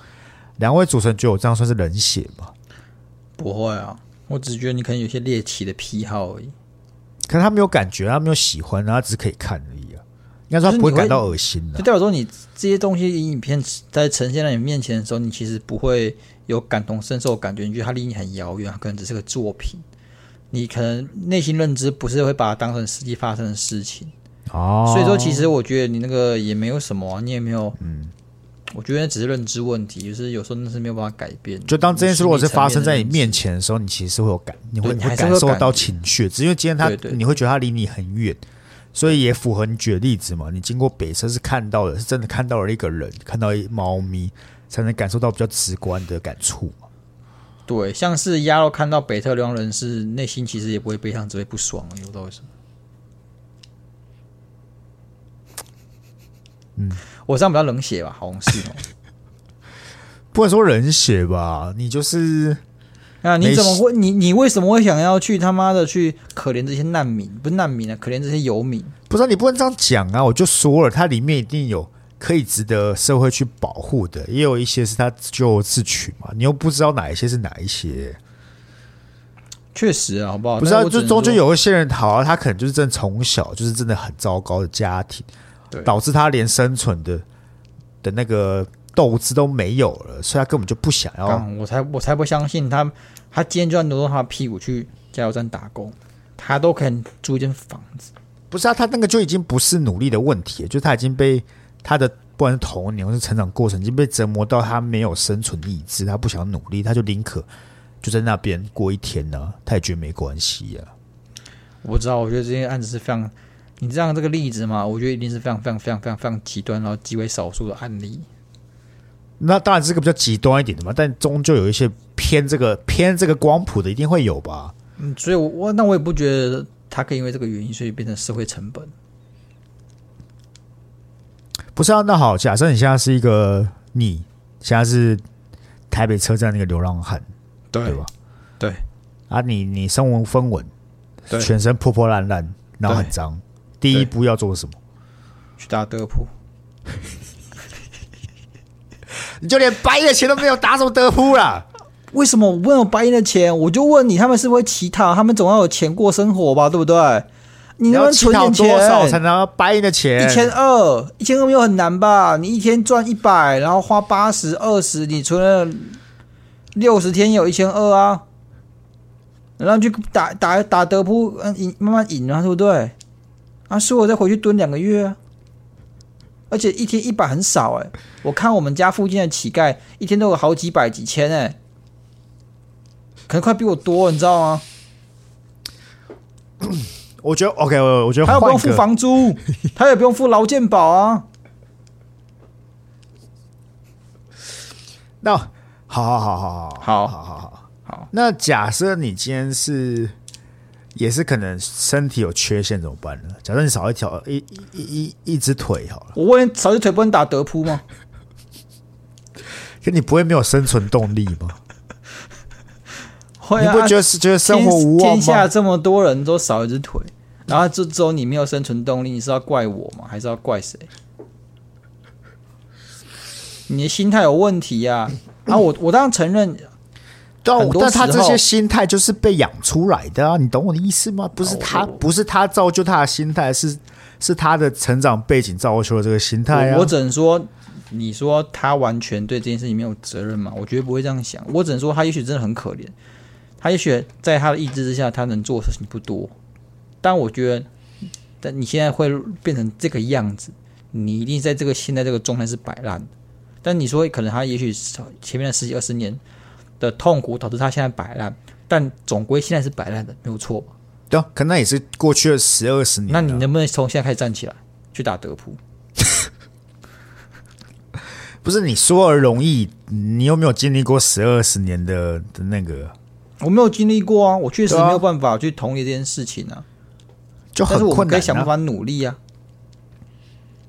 Speaker 1: 两位主持人觉得我这样算是冷血吗？
Speaker 2: 不会啊，我只是觉得你可能有些猎奇的癖好而已。
Speaker 1: 啊可是他没有感觉，他没有喜欢，然后他只是可以看而已啊。应该说他不会感到恶心的、
Speaker 2: 就代表说你这些东西影片在呈现在你面前的时候，你其实不会有感同身受的感觉，你觉得它离你很遥远，它可能只是个作品，你可能内心认知不是会把它当成实际发生的事情。
Speaker 1: 哦。
Speaker 2: 所以说，其实我觉得你那个也没有什么啊、你也没有，嗯，我觉得只是认知问题，就是有时候那是没有办法改变的。
Speaker 1: 就当这件事如果是发生在你
Speaker 2: 心理层面
Speaker 1: 面前的时候，你其实会有感，你会
Speaker 2: 对
Speaker 1: 你
Speaker 2: 你
Speaker 1: 会
Speaker 2: 还是会
Speaker 1: 感受
Speaker 2: 感
Speaker 1: 到情绪，只因为今天他
Speaker 2: 对对对
Speaker 1: 你会觉得他离你很远，所以也符合你举的例子嘛。你经过北车是看到的，是真的看到了一个人，看到一猫咪，才能感受到比较直观的感触嘛。
Speaker 2: 的对，像是鸭肉看到北特流浪人士，内心其实也不会悲伤，只会不爽，有道为什么？嗯，我这样比较冷血吧，好像是
Speaker 1: [LAUGHS]
Speaker 2: 哦。
Speaker 1: 不能说冷血
Speaker 2: 嗯
Speaker 1: 吧，你就是
Speaker 2: 那
Speaker 1: 没
Speaker 2: 你怎么
Speaker 1: 事
Speaker 2: 会？你你为什么会想要去他妈的去可怜这些难民？不是难民啊，可怜这些游民。
Speaker 1: 不是、你不能这样讲啊！我就说了，它里面一定有可以值得社会去保护的，也有一些是它咎由自取嘛。你又不知道哪一些是哪一些。
Speaker 2: 确实啊，好不好？
Speaker 1: 不是、
Speaker 2: 但
Speaker 1: 啊，
Speaker 2: 我只
Speaker 1: 就
Speaker 2: 能
Speaker 1: 中间
Speaker 2: 说
Speaker 1: 有一些人好、啊，他可能就是真的从小就是真的很糟糕的家庭，
Speaker 2: 对
Speaker 1: 导致他连生存的的那个斗志都没有了，所以他根本就不想要。
Speaker 2: 干我才我才不相信他，他今天就算挪动他的屁股去加油站打工，他都可以租一间房子，
Speaker 1: 不是啊，他那个就已经不是努力的问题了，就是他已经被他的不管是童年或是成长过程，已经被折磨到他没有生存意志，他不想努力，他就宁可就在那边过一天呢、他也觉得没关系啊。
Speaker 2: 我不知道，我觉得这些案子是非常，你这样这个例子嘛，我觉得一定是非常非常非常非常非常极端，然后极为少数的案例。
Speaker 1: 那当然是个比较极端一点的嘛，但终究有一些偏这个偏这个光谱的，一定会有吧？
Speaker 2: 嗯，所以我，我那我也不觉得他可以因为这个原因，所以变成社会成本。
Speaker 1: 不是啊，那好，假设你现在是一个你现在是台北车站那个流浪汉，对吧？
Speaker 2: 对
Speaker 1: 啊你，你身无分文，
Speaker 2: 对
Speaker 1: 全身破破烂烂，然后很脏，第一步要做什么？
Speaker 2: 去打德扑，
Speaker 1: 你就连白的钱都没有，打什么德扑啦？
Speaker 2: 为什么我问有白银的钱？我就问你，他们是不是会乞讨？他们总要有钱过生活吧，对不对？你
Speaker 1: 你
Speaker 2: 能不
Speaker 1: 要
Speaker 2: 能
Speaker 1: 乞
Speaker 2: 存
Speaker 1: 讨
Speaker 2: 点
Speaker 1: 多少才
Speaker 2: 钱？
Speaker 1: 能白银的钱？
Speaker 2: 一千二，一千二没有很难吧？你一天赚一百，然后花八十、二十，你存了六十天也有一千二啊。然后去打打打德扑，嗯，赢慢慢赢啊，对不对？啊，输我再回去蹲两个月啊。而且一天一百很少哎、我看我们家附近的乞丐一天都有好几百、几千哎、可能快比我多，你知道吗？
Speaker 1: 我觉得 OK，我我觉得
Speaker 2: 他又不用
Speaker 1: 换
Speaker 2: 付
Speaker 1: 个，
Speaker 2: 房租，他也不用付劳健保啊。
Speaker 1: 那好好好好
Speaker 2: 好
Speaker 1: 好好好
Speaker 2: 好。
Speaker 1: 那假设你今天是也是可能身体有缺陷怎么办呢？假设你少一条一一一一一只腿好了，
Speaker 2: 我问你，少鸡腿不能打德
Speaker 1: [LAUGHS]
Speaker 2: 扑吗？
Speaker 1: 可你不会没有生存动力吗？
Speaker 2: 会
Speaker 1: 你
Speaker 2: 啊，
Speaker 1: 不觉得是觉得生
Speaker 2: 天
Speaker 1: 活无望
Speaker 2: 天下
Speaker 1: 吗？
Speaker 2: 这么多人都少一只腿，然后就只有你没有生存动力，你是要怪我吗？还是要怪谁？你的心态有问题呀、啊！啊，我我当然承认，
Speaker 1: 但
Speaker 2: 很多
Speaker 1: 啊但他
Speaker 2: 时
Speaker 1: 这
Speaker 2: 候
Speaker 1: 些心态就是被养出来的啊，你懂我的意思吗？不
Speaker 2: 哦
Speaker 1: 是他，不是他造就他的心态，是是他的成长背景造就了这个心态啊
Speaker 2: 我我。只能说，你说他完全对这件事情没有责任嘛？我绝对不会这样想。我只能说，他也许真的很可怜，他也许在他的意志之下，他能做的事情不多。但我觉得，但你现在会变成这个样子，你一定在这个现在这个状态是摆烂的。但你说，可能他也许是前面的十几二十年的痛苦导致他现在摆烂，但总归现在是摆烂的，没有错吧？
Speaker 1: 对啊，可能也是过去了十二十年啊。
Speaker 2: 那你能不能从现在开始站起来，去打德扑？
Speaker 1: 不是你说而容易，你有没有经历过十二十年的的那个？
Speaker 2: 我没有经历过啊，我确实
Speaker 1: 对啊
Speaker 2: 没有办法去同理这件事情啊。
Speaker 1: 就
Speaker 2: 但
Speaker 1: 很
Speaker 2: 是我
Speaker 1: 困
Speaker 2: 们可
Speaker 1: 难、
Speaker 2: 以想办
Speaker 1: 啊。
Speaker 2: 法努力啊。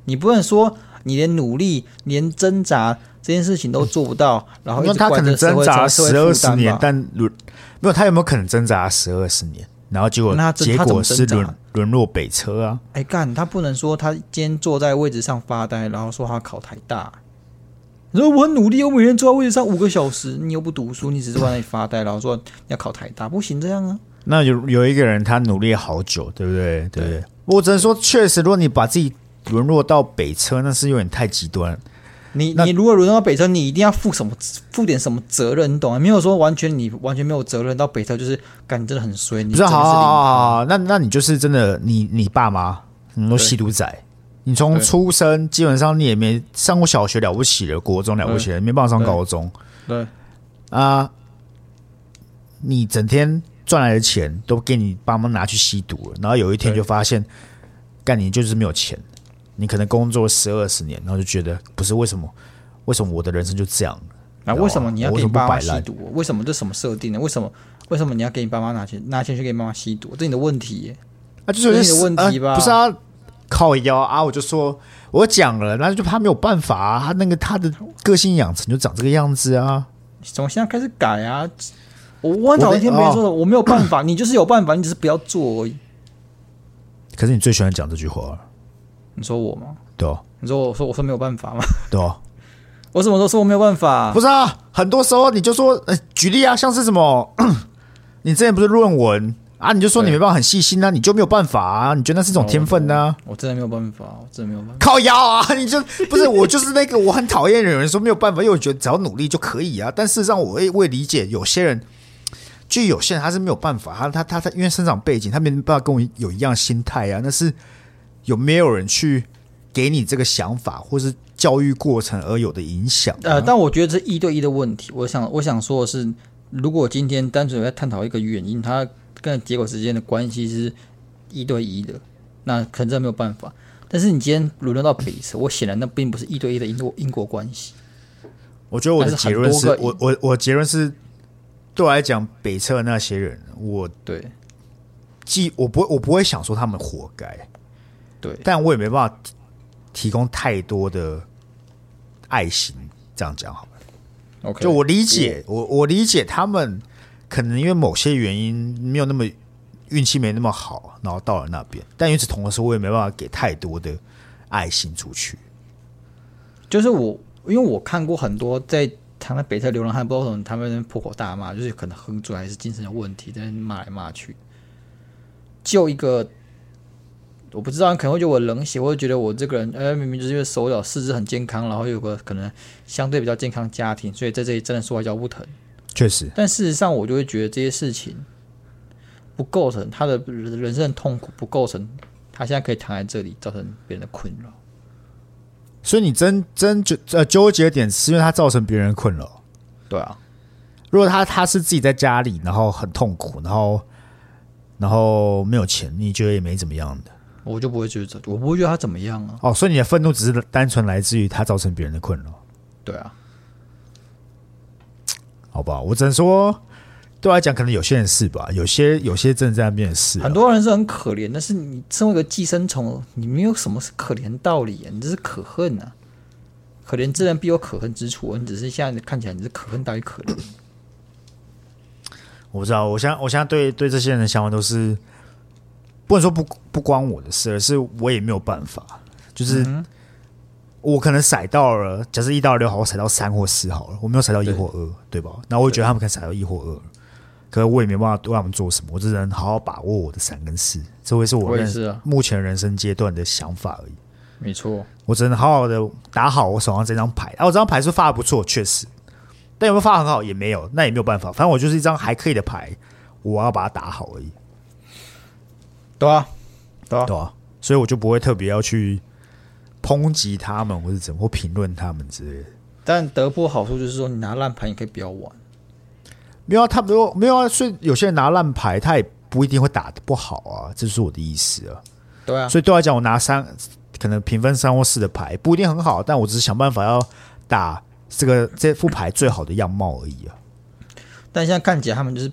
Speaker 2: 你不能说你连努力、连挣扎这件事情都做不到，然后一
Speaker 1: 那
Speaker 2: 直
Speaker 1: 他可
Speaker 2: 怪
Speaker 1: 能
Speaker 2: 这社
Speaker 1: 挣
Speaker 2: 会
Speaker 1: 扎
Speaker 2: 社会
Speaker 1: 十
Speaker 2: 负
Speaker 1: 二十
Speaker 2: 担
Speaker 1: 年
Speaker 2: 吧，
Speaker 1: 但轮没有他有没有可能挣扎十二十年？然后结果
Speaker 2: 那他挣
Speaker 1: 结
Speaker 2: 他怎
Speaker 1: 果
Speaker 2: 么
Speaker 1: 是
Speaker 2: 挣扎啊
Speaker 1: 沦沦落北车啊！
Speaker 2: 哎干，他不能说他今天坐在位置上发呆，然后说他考台大。你说我很努力，我每天坐在位置上五个小时，你又不读书，你只是坐在那里发呆，然后说你要考台大，不行这样啊。
Speaker 1: 那有有一个人他努力好久，对不对？对不对？我只能说，确实，如果你把自己沦落到北车，那是有点太极端了。
Speaker 2: 你
Speaker 1: 那
Speaker 2: 你如果轮到北车，你一定要负什么负点什么责任，你懂吗？没有说完全你完全没有责任到北车，就是干你真的很衰，你
Speaker 1: 不
Speaker 2: 真
Speaker 1: 是，
Speaker 2: 的
Speaker 1: 好
Speaker 2: 是
Speaker 1: 好好好
Speaker 2: 零。啊
Speaker 1: 好，那那你就是真的，你你爸妈你都
Speaker 2: 对
Speaker 1: 吸毒仔，你从
Speaker 2: 对
Speaker 1: 出生基本上你也没上过小学了不起了，国中了不起了，没办法上
Speaker 2: 对
Speaker 1: 高中
Speaker 2: 对
Speaker 1: 啊。你整天赚来的钱都给你爸妈拿去吸毒了，然后有一天
Speaker 2: 对
Speaker 1: 就发现，干你就是没有钱，你可能工作十二十年，然后就觉得不是为什么，为什么我的人生就这样了？
Speaker 2: 那为什么你要
Speaker 1: 我为
Speaker 2: 给
Speaker 1: 什
Speaker 2: 你
Speaker 1: 么不
Speaker 2: 爸妈
Speaker 1: 摆
Speaker 2: 吸
Speaker 1: 烂
Speaker 2: 毒？为什么这什么设定呢？为什么为什么你要给你爸妈拿钱拿钱去给你妈妈吸毒？这是你的问题耶。
Speaker 1: 啊，就是有
Speaker 2: 这是
Speaker 1: 些
Speaker 2: 你的问题吧
Speaker 1: 呃不是啊，靠腰啊，我就说我讲了，那就他没有办法啊，他那个他的个性养成就长这个样子啊。
Speaker 2: 从现在开始改啊！我我很讨厌
Speaker 1: 我哦
Speaker 2: 听别人说的，我没有办法，你就是有办法，你只是不要做而已。
Speaker 1: 可是你最喜欢讲这句话，
Speaker 2: 你说我吗？
Speaker 1: 对哦，
Speaker 2: 你说我说我说没有办法吗？
Speaker 1: 对哦，
Speaker 2: 我什么时候说我没有办法？
Speaker 1: 不是啊，很多时候你就说，呃，举例啊，像是什么， [CLEARS THROAT] 你之前不是论文啊，你就说你
Speaker 2: 对
Speaker 1: 没办法很细心啊，你就没有办法啊，你觉得那是一种天分呢、啊？
Speaker 2: 我真的没有办法，我真的没有办法。
Speaker 1: 靠腰啊！你就不是我，就是那个我很讨哦厌有人说没有办法，因为我觉得只要努力就可以啊。但事实上，我也我也理解有些人就有些人他是没有办法，他他他他因为生长背景，他没办法跟我有一样心态啊。那是有没有人去给你这个想法，或是教育过程而有的影响、啊？
Speaker 2: 呃，但我觉得这一对一的问题，我想我想说的是，如果今天单纯在探讨一个原因，它跟结果之间的关系是一对一的，那可能真的没有办法。但是你今天沦落到彼此，我显然那并不是一对一的因果因果关系。
Speaker 1: 我觉得我的
Speaker 2: 但是
Speaker 1: 结
Speaker 2: 很
Speaker 1: 论
Speaker 2: 多
Speaker 1: 是
Speaker 2: 个
Speaker 1: 我我我结论是，对我来讲，北侧那些人，我
Speaker 2: 对
Speaker 1: 既我不会我不会想说他们活该，
Speaker 2: 对，
Speaker 1: 但我也没办法提提供太多的爱心。这样讲好了。
Speaker 2: OK，
Speaker 1: 就我理解，我我理解他们可能因为某些原因没有那么运气没那么好，然后到了那边。但与此同时，我也没办法给太多的爱心出去。
Speaker 2: 就是我，因为我看过很多在台湾北侧流浪汉，不知道为什么他们在那边破口大骂，就是可能喝醉还是精神有问题，在那边骂来骂去。呃就一个，我不知道，可能会觉得我冷血，或者觉得我这个人，呃，明明就是因为手脚四肢很健康，然后有个可能相对比较健康的家庭，所以在这里真的说话腰不疼。
Speaker 1: 确实，
Speaker 2: 但事实上，我就会觉得这些事情不构成他的人生痛苦，不构成他现在可以躺在这里造成别人的困扰。
Speaker 1: 所以你真真纠呃纠结的点是因为他造成别人的困扰。
Speaker 2: 对啊，
Speaker 1: 如果他他是自己在家里，然后很痛苦，然后然后没有钱，你觉得也没怎么样的
Speaker 2: 我就不会觉得这，我不会觉得他怎么样啊。
Speaker 1: 哦。所以你的愤怒只是单纯来自于他造成别人的困扰。
Speaker 2: 对啊，
Speaker 1: 好不好？我只能说，对我来讲，可能有些人是吧，有些有些真的在那边的是、啊
Speaker 2: 很。多人是很可怜，但是你身为一个寄生虫，你没有什么是可怜道理、啊，你这是可恨啊！可怜之人必有可恨之处，你只是现在看起来你是可恨大于可怜。
Speaker 1: 我不知道，我现在我现在对对这些人的想法都是，不能说不不关我的事，而是我也没有办法，
Speaker 2: 嗯
Speaker 1: 就是、我可能踩到了，假设一到六好，我踩到三或四好了，我没有踩到一
Speaker 2: 对
Speaker 1: 或二，对吧？那我会觉得他们可能踩到一或二，可是我也没办法对他们做什么，我只能好好把握我的三跟四，这会是我
Speaker 2: 我也
Speaker 1: 认
Speaker 2: 是啊
Speaker 1: 目前人生阶段的想法而已。
Speaker 2: 没错，
Speaker 1: 我只能好好的打好我手上这张牌。啊，我这张牌是发的不错，确实，但有没有发得很好也没有，那也没有办法。反正我就是一张还可以的牌，我要把它打好而已，
Speaker 2: 对啊，对啊，
Speaker 1: 对吧、所以我就不会特别要去抨击他们，或是怎么或评论他们之类的。
Speaker 2: 但得不好处就是说，你拿烂牌你可以不要玩，
Speaker 1: 没有、啊，他们都没有啊。所以有些人拿烂牌，他也不一定会打得不好啊，这是我的意思啊。
Speaker 2: 对啊，
Speaker 1: 所以对我来讲，我拿三可能评分三或四的牌不一定很好，但我只是想办法要打这个这副牌最好的样貌而已啊。
Speaker 2: 但现在看起来他们就是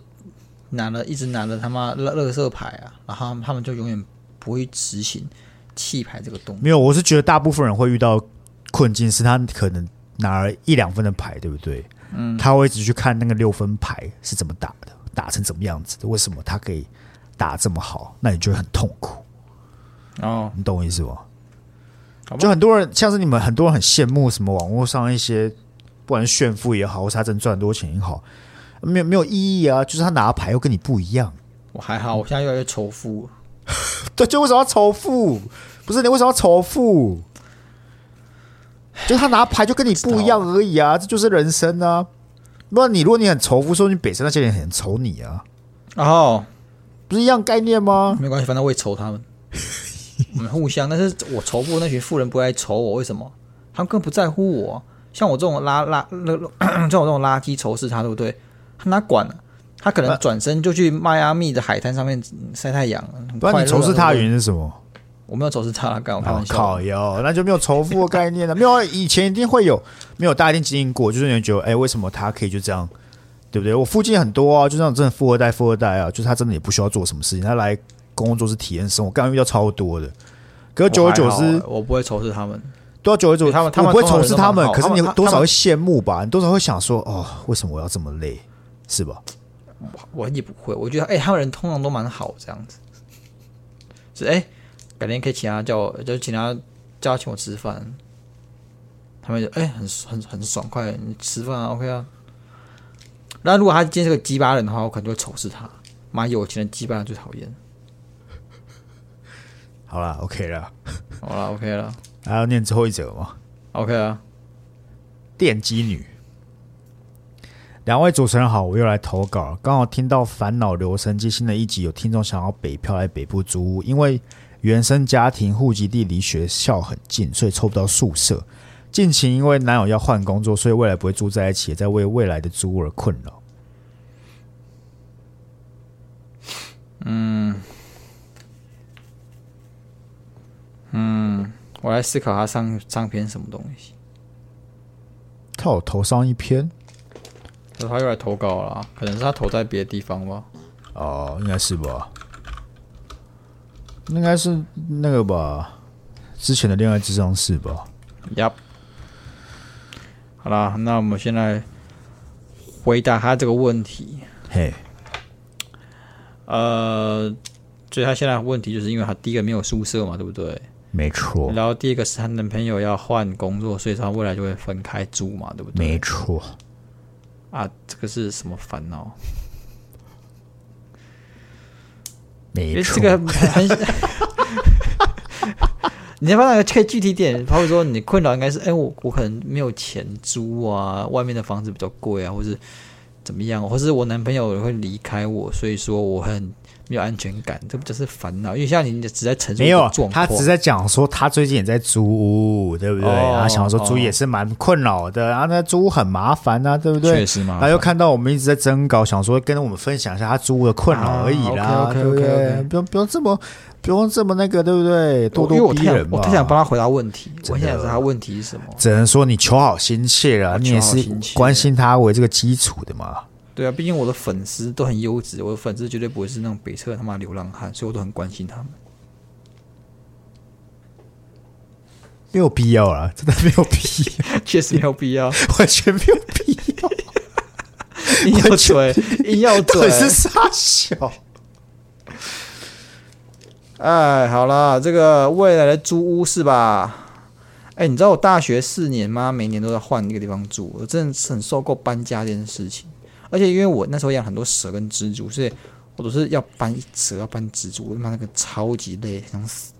Speaker 2: 拿了，一直拿了他妈乐乐色牌啊，然后他们他们就永远不会执行弃牌这个动作。
Speaker 1: 没有，我是觉得大部分人会遇到困境，是他可能拿了一两分的牌，对不对？嗯，他会一直去看那个六分牌是怎么打的，打成怎么样子的，为什么他可以打这么好？那你就会很痛苦，
Speaker 2: 哦，
Speaker 1: 你懂我意思吗
Speaker 2: 好吧？
Speaker 1: 就很多人，像是你们很多人很羡慕什么网络上一些，不管是炫富也好，或是他真赚很多钱也好，没有没有意义啊！就是他拿的牌又跟你不一样，
Speaker 2: 我还好，我现在越来越仇富了。
Speaker 1: 对，就为什么要仇富？不是你为什么要仇富？就他拿牌就跟你不一样而已啊，这就是人生啊。不然你如果你很仇富，说你北生那些人很仇你啊，
Speaker 2: 哦，
Speaker 1: 不是一样概念吗？
Speaker 2: 没关系，反正我也仇
Speaker 1: [LAUGHS]
Speaker 2: 他们，我们互相。但是我仇富那群富人不来仇我，为什么？他们更不在乎我啊、像我这种垃垃垃， [COUGHS] 像我这种垃圾仇视他，对不对？他哪管呢、他可能转身就去迈阿密的海滩上面晒太阳，很
Speaker 1: 不然
Speaker 2: 快
Speaker 1: 你
Speaker 2: 乐
Speaker 1: 仇视他的原
Speaker 2: 对不对
Speaker 1: 因是什么？
Speaker 2: 我没有仇视他，干我开
Speaker 1: 哦
Speaker 2: 玩、笑。
Speaker 1: 靠哟，那就没有仇富的概念了。没有啊，以前一定会有，没有大家一定经历过，就是你会觉得，哎、为什么他可以就这样，对不对？我附近很多啊，就那种真的富二代，富二代啊，就是他真的也不需要做什么事情，他来工作做是体验生活，刚刚遇到超多的。可是久而久
Speaker 2: 我还
Speaker 1: 之
Speaker 2: 好，我不会仇视他们。
Speaker 1: 对啊，久而久之，
Speaker 2: 他们他们
Speaker 1: 我不会仇视他们，
Speaker 2: 通
Speaker 1: 可是
Speaker 2: 常都
Speaker 1: 你
Speaker 2: 蛮好哦
Speaker 1: 多
Speaker 2: 他
Speaker 1: 少
Speaker 2: 们
Speaker 1: 会羡慕吧？你多少会想说，哦，为什么我要这么累？是吧？
Speaker 2: 我也不会，我觉得哎、他们人通常都蛮好这样子。是哎、改天可以请他叫我，就请他叫他请我吃饭。他们就哎、很很很爽快，你吃饭啊 OK 啊。那如果他今天是个鸡巴人的话，我可能就会仇视他。妈，有钱的鸡巴人最讨厌。
Speaker 1: 好啦 o、k 啦，
Speaker 2: 好了，OK 了
Speaker 1: 还要念最后一则吗？
Speaker 2: ，OK 啊，
Speaker 1: 电击女。两位主持人好，我又来投稿了，刚好听到《烦恼留声机》新的一集，有听众想要北漂来北部租屋，因为原生家庭户籍地离学校很近，所以抽不到宿舍。近期因为男友要换工作，所以未来不会住在一起，也在为未来的租屋而困扰。
Speaker 2: 我来思考他上上篇什么东西。
Speaker 1: 他有投上一篇
Speaker 2: 那他又来投稿了啊，可能是他投在别的地方吧。
Speaker 1: 哦，应该是吧？应该是那个吧，之前的恋爱智商是吧？
Speaker 2: Yup。好啦，那我们先来回答他这个问题。
Speaker 1: 嘿，
Speaker 2: 呃，所以他现在的问题就是因为他第一个没有宿舍嘛，对不对？
Speaker 1: 没错，
Speaker 2: 然后第一个是她男朋友要换工作，所以他未来就会分开住嘛，对不对？
Speaker 1: 没错。
Speaker 2: 啊，这个是什么烦恼？
Speaker 1: 没
Speaker 2: 为
Speaker 1: 错，
Speaker 2: 这个很， [LAUGHS] 你要不要可以具体点？他会说你困扰应该是，哎、我我可能没有钱租啊，外面的房子比较贵啊，或是怎么样，或是我男朋友会离开我，所以说我很没有安全感，这不就是烦恼？因为像你只在陈述一
Speaker 1: 没
Speaker 2: 个
Speaker 1: 有，
Speaker 2: 状
Speaker 1: 他
Speaker 2: 况，
Speaker 1: 只在讲说他最近也在租屋，对不对？
Speaker 2: 哦
Speaker 1: 然后想说租也是蛮困扰的，然后那租屋很麻烦啊，对不对
Speaker 2: 确？实嘛
Speaker 1: 然后，又看到我们一直在征稿，想说跟我们分享一下他租屋的困扰而已啦，
Speaker 2: 啊，OK，OK，OK，OK
Speaker 1: 对不对？不用不用这么不用这么那个，对不对？咄
Speaker 2: 因为
Speaker 1: 咄
Speaker 2: 我
Speaker 1: 逼
Speaker 2: 太想
Speaker 1: 人
Speaker 2: 我太想
Speaker 1: 嘛。
Speaker 2: 帮他回答问题，我
Speaker 1: 真的
Speaker 2: 想知道他问题是什么。
Speaker 1: 只能说你求好心切了，
Speaker 2: 我
Speaker 1: 你也
Speaker 2: 求好
Speaker 1: 是
Speaker 2: 心切
Speaker 1: 关啊心他为这个基础的嘛。
Speaker 2: 对啊，毕竟我的粉丝都很优质，我的粉丝绝对不会是那种北侧他妈流浪汉，所以我都很关心他们。 [LAUGHS]
Speaker 1: 没有必要啦， [LAUGHS] 真的没有必要，
Speaker 2: 确实没有必要，
Speaker 1: 完全没有必要。 [LAUGHS]
Speaker 2: 硬要嘴，硬要
Speaker 1: 到
Speaker 2: 嘴
Speaker 1: 底。是傻小？
Speaker 2: 哎，好啦，这个未来的租屋是吧？哎，你知道我大学四年吗？每年都在换一个地方住，我真的是很受够搬家这件事情。而且因为我那时候养很多蛇跟蜘蛛，所以我都是要搬蛇，要搬蜘蛛，我他妈那个超级累，想死。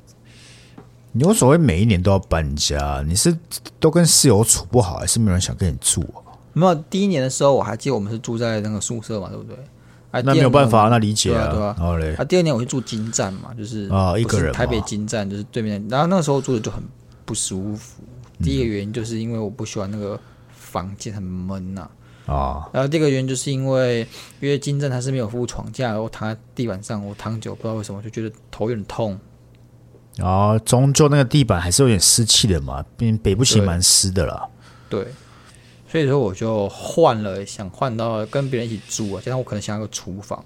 Speaker 1: 你无所谓每一年都要搬家，你是都跟室友处不好，还是没有人想跟你住、啊？
Speaker 2: 没有，第一年的时候我还记得我们是住在那个宿舍嘛，对不对？哎，
Speaker 1: 那
Speaker 2: 第
Speaker 1: 没
Speaker 2: 二
Speaker 1: 有
Speaker 2: 年
Speaker 1: 办
Speaker 2: 我
Speaker 1: 法，
Speaker 2: 们
Speaker 1: 那理解
Speaker 2: 对啊
Speaker 1: 然后嘞，
Speaker 2: 啊，第二年我去住金站嘛，就是
Speaker 1: 啊
Speaker 2: 我
Speaker 1: 一个
Speaker 2: 是
Speaker 1: 人
Speaker 2: 台北
Speaker 1: 嘛
Speaker 2: 金站就是对面，然后那个时候住的就很不舒服。
Speaker 1: 嗯
Speaker 2: 第一个原因就是因为我不喜欢那个房间很闷呐、
Speaker 1: 啊，
Speaker 2: 然后第二个原因就是因为因为金站它是没有附床架的，我躺在地板上，我躺久不知道为什么就觉得头有点痛，
Speaker 1: 然后终究那个地板还是有点湿气的嘛，并北部其实
Speaker 2: 对
Speaker 1: 蛮湿的啦。
Speaker 2: 对，所以说我就换了，想换到跟别人一起住啊，加上我可能想要个厨房，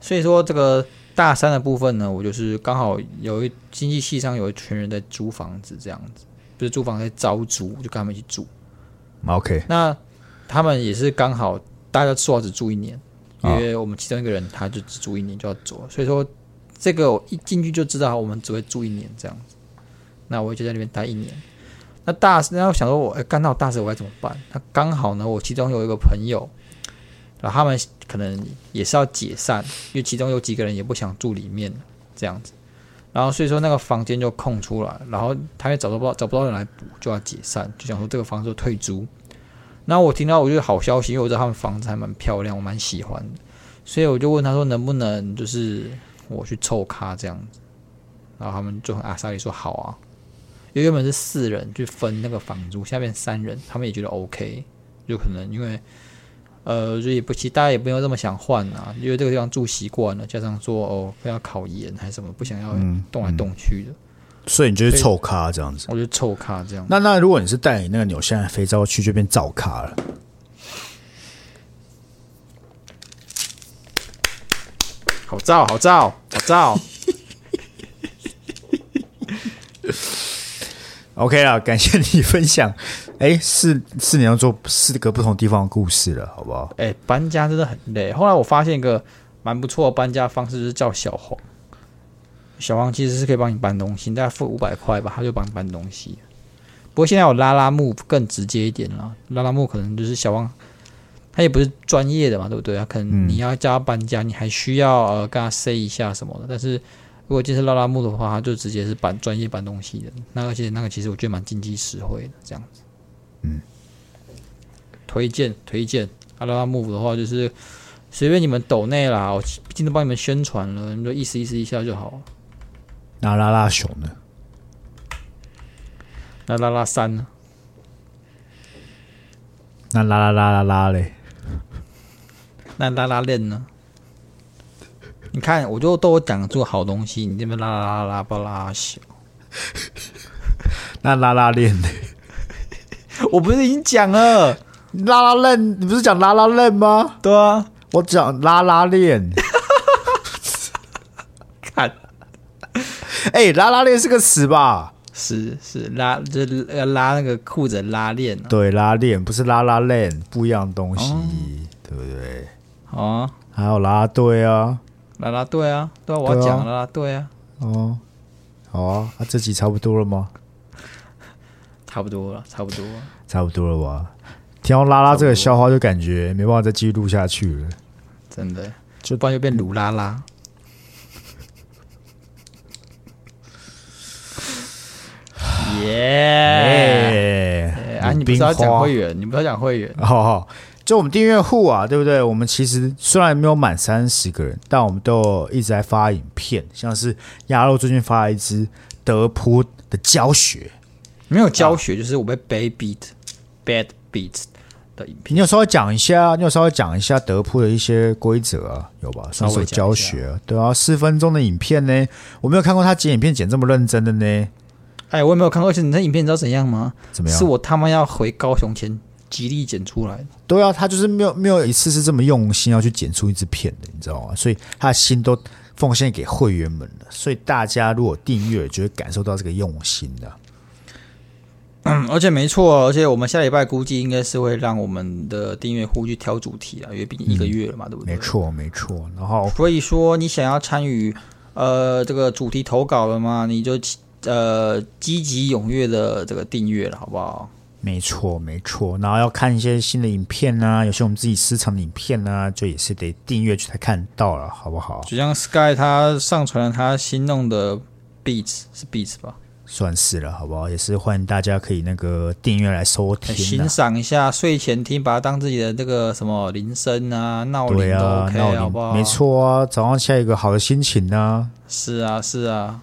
Speaker 2: 所以说这个大三的部分呢，我就是刚好有一经济系上有一群人在租房子这样子，不是租房在招租，我就跟他们一起住。
Speaker 1: OK，
Speaker 2: 那他们也是刚好大家说好只住一年，因
Speaker 1: 啊
Speaker 2: 为我们其中一个人他就只住一年就要走了，所以说这个我一进去就知道我们只会住一年这样子。那我就在那边待一年。那大四，然后想说我哎干到大四我该怎么办？那刚好呢，我其中有一个朋友，然后他们可能也是要解散，因为其中有几个人也不想住里面了这样子。然后所以说那个房间就空出来，然后他也找不到找不到人来补，就要解散，就想说这个房子就退租。然后我听到我觉得好消息，因为我知道他们房子还蛮漂亮，我蛮喜欢的，所以我就问他说能不能就是我去凑咖这样子，然后他们就很阿萨里说好啊，因为原本是四人去分那个房租，下面三人他们也觉得 OK，有可能因为呃就也不其大家也不用这么想换啊，因为这个地方住习惯了，加上说哦非要考研还是什么，不想要动来动去的，
Speaker 1: 所以你就是
Speaker 2: 所以
Speaker 1: 臭咖这样子。
Speaker 2: 我就凑咖这样子。
Speaker 1: 那那如果你是带你那个纽西兰肥皂去，就变皂咖了。
Speaker 2: 好燥，好燥，好燥。
Speaker 1: OK 啦，感谢你分享。哎，四四年要做四个不同地方的故事了，好不好？
Speaker 2: 哎、搬家真的很累。后来我发现一个蛮不错的搬家方式，就是叫小黄。小黄其实是可以帮你搬东西，你大概付五百块吧，他就帮你搬东西。不过现在有拉拉木更直接一点了，拉拉木可能就是小黄，他也不是专业的嘛，对不对？他可能你要叫他搬家，你还需要呃跟他 say 一下什么的。但是如果今天是拉拉木的话，他就直接是搬专业搬东西的。那而且那个其实我觉得蛮经济实惠的，这样子。嗯，推荐推荐。阿拉拉 move 的话，就是随便你们抖内啦，我毕竟都帮你们宣传了，你们就意思意思一下就好。
Speaker 1: 那拉拉熊呢？
Speaker 2: 那拉拉三呢？
Speaker 1: 那拉拉拉拉拉嘞？
Speaker 2: 那拉拉链呢？你看，我就都有讲出好东西，你这边拉拉拉拉不拉小？
Speaker 1: 那拉拉链嘞？
Speaker 2: 我不是已经讲了？
Speaker 1: 拉拉链？你不是讲拉拉链吗？
Speaker 2: 对啊，
Speaker 1: 我讲拉拉链。
Speaker 2: 看
Speaker 1: 哎、拉拉链是个词吧？
Speaker 2: 是是拉，就是要拉那个裤子的拉链啊。
Speaker 1: 对，拉链不是拉拉链，不一样的东西，对不对？
Speaker 2: 好啊，
Speaker 1: 还有啦啦队啊，
Speaker 2: 拉拉队啊，对啊，我要
Speaker 1: 对啊
Speaker 2: 讲拉拉队啊，
Speaker 1: 哦，好啊，那、这集差不多了吗？
Speaker 2: 差不多了，差不多了。
Speaker 1: 差不多了吧？听到拉拉这个笑话，就感觉没办法再继续录下去了。
Speaker 2: 真的，
Speaker 1: 就
Speaker 2: 就不然就变鲁拉 [LAUGHS] 拉。耶！
Speaker 1: 哎
Speaker 2: 哎啊，你不是要讲会员？你不是要讲会员？
Speaker 1: 好好，哦就我们订阅户啊，对不对？我们其实虽然没有满三十个人，但我们都有一直在发影片，像是鸭肉最近发了一支德扑的教学，
Speaker 2: 没有教学，就是我被 bad beat、bad beat 的影片。
Speaker 1: 你有稍微讲一下，你有稍微讲一下德扑的一些规则啊，有吧？
Speaker 2: 稍
Speaker 1: 算
Speaker 2: 微
Speaker 1: 是有
Speaker 2: 讲一
Speaker 1: 教
Speaker 2: 下
Speaker 1: 学啊，对啊，四分钟的影片呢，我没有看过他剪影片剪这么认真的呢，
Speaker 2: 哎，我也没有看过，而且你那影片你知道怎样吗？
Speaker 1: 怎么样？
Speaker 2: 是我他妈要回高雄前极力剪出来的。
Speaker 1: 对啊，他就是没有没有一次是这么用心要去剪出一支片的，你知道吗？所以他的心都奉献给会员们了。所以大家如果订阅，就会感受到这个用心的。
Speaker 2: 嗯 [CLEARS THROAT] 而且没错，而且我们下礼拜估计应该是会让我们的订阅户去挑主题啊，因为毕竟一个月了嘛，对不对？
Speaker 1: 没错，没错。然后
Speaker 2: 哦所以说，你想要参与呃这个主题投稿的嘛，你就呃积极踊跃的这个订阅了，好不好？
Speaker 1: 没错，没错。然后要看一些新的影片啊，有些我们自己私藏的影片啊，就也是得订阅去才看到了，好不好？
Speaker 2: 就像 Sky 他上传了他新弄的 Beats 是 Beats 吧，
Speaker 1: 算是了，好不好？也是欢迎大家可以那个订阅来收
Speaker 2: 来
Speaker 1: 听、
Speaker 2: 欣
Speaker 1: 啊。
Speaker 2: 赏一下，睡前听，把它当自己的这个什么铃声啊、闹铃
Speaker 1: 对
Speaker 2: 都
Speaker 1: 啊，
Speaker 2: OK，、
Speaker 1: 那
Speaker 2: 好不
Speaker 1: 我
Speaker 2: 好？
Speaker 1: 没，错啊，早上下一个好的心情呢、
Speaker 2: 是啊，是啊，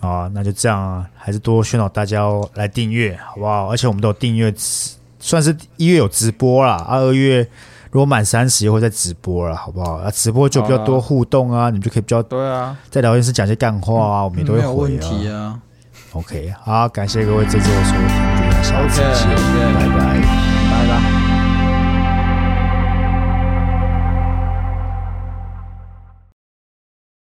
Speaker 1: 好啊，那就这样啊，还是多宣导大家哦，来订阅，好不好？而且我们都有订阅，算是一月有直播啦，啊，二月如果满三十也会再直播了，好不好？啊，直播就比
Speaker 2: 哦
Speaker 1: 较多互动啊，你们就可以比较
Speaker 2: 对啊，嗯
Speaker 1: 在聊天室讲一些干话啊，我们也都
Speaker 2: 没
Speaker 1: 会
Speaker 2: 有问
Speaker 1: 回啊。
Speaker 2: 题啊。
Speaker 1: OK，好，感谢各位这次的收听，我们下次
Speaker 2: OK，OK
Speaker 1: 见，拜拜。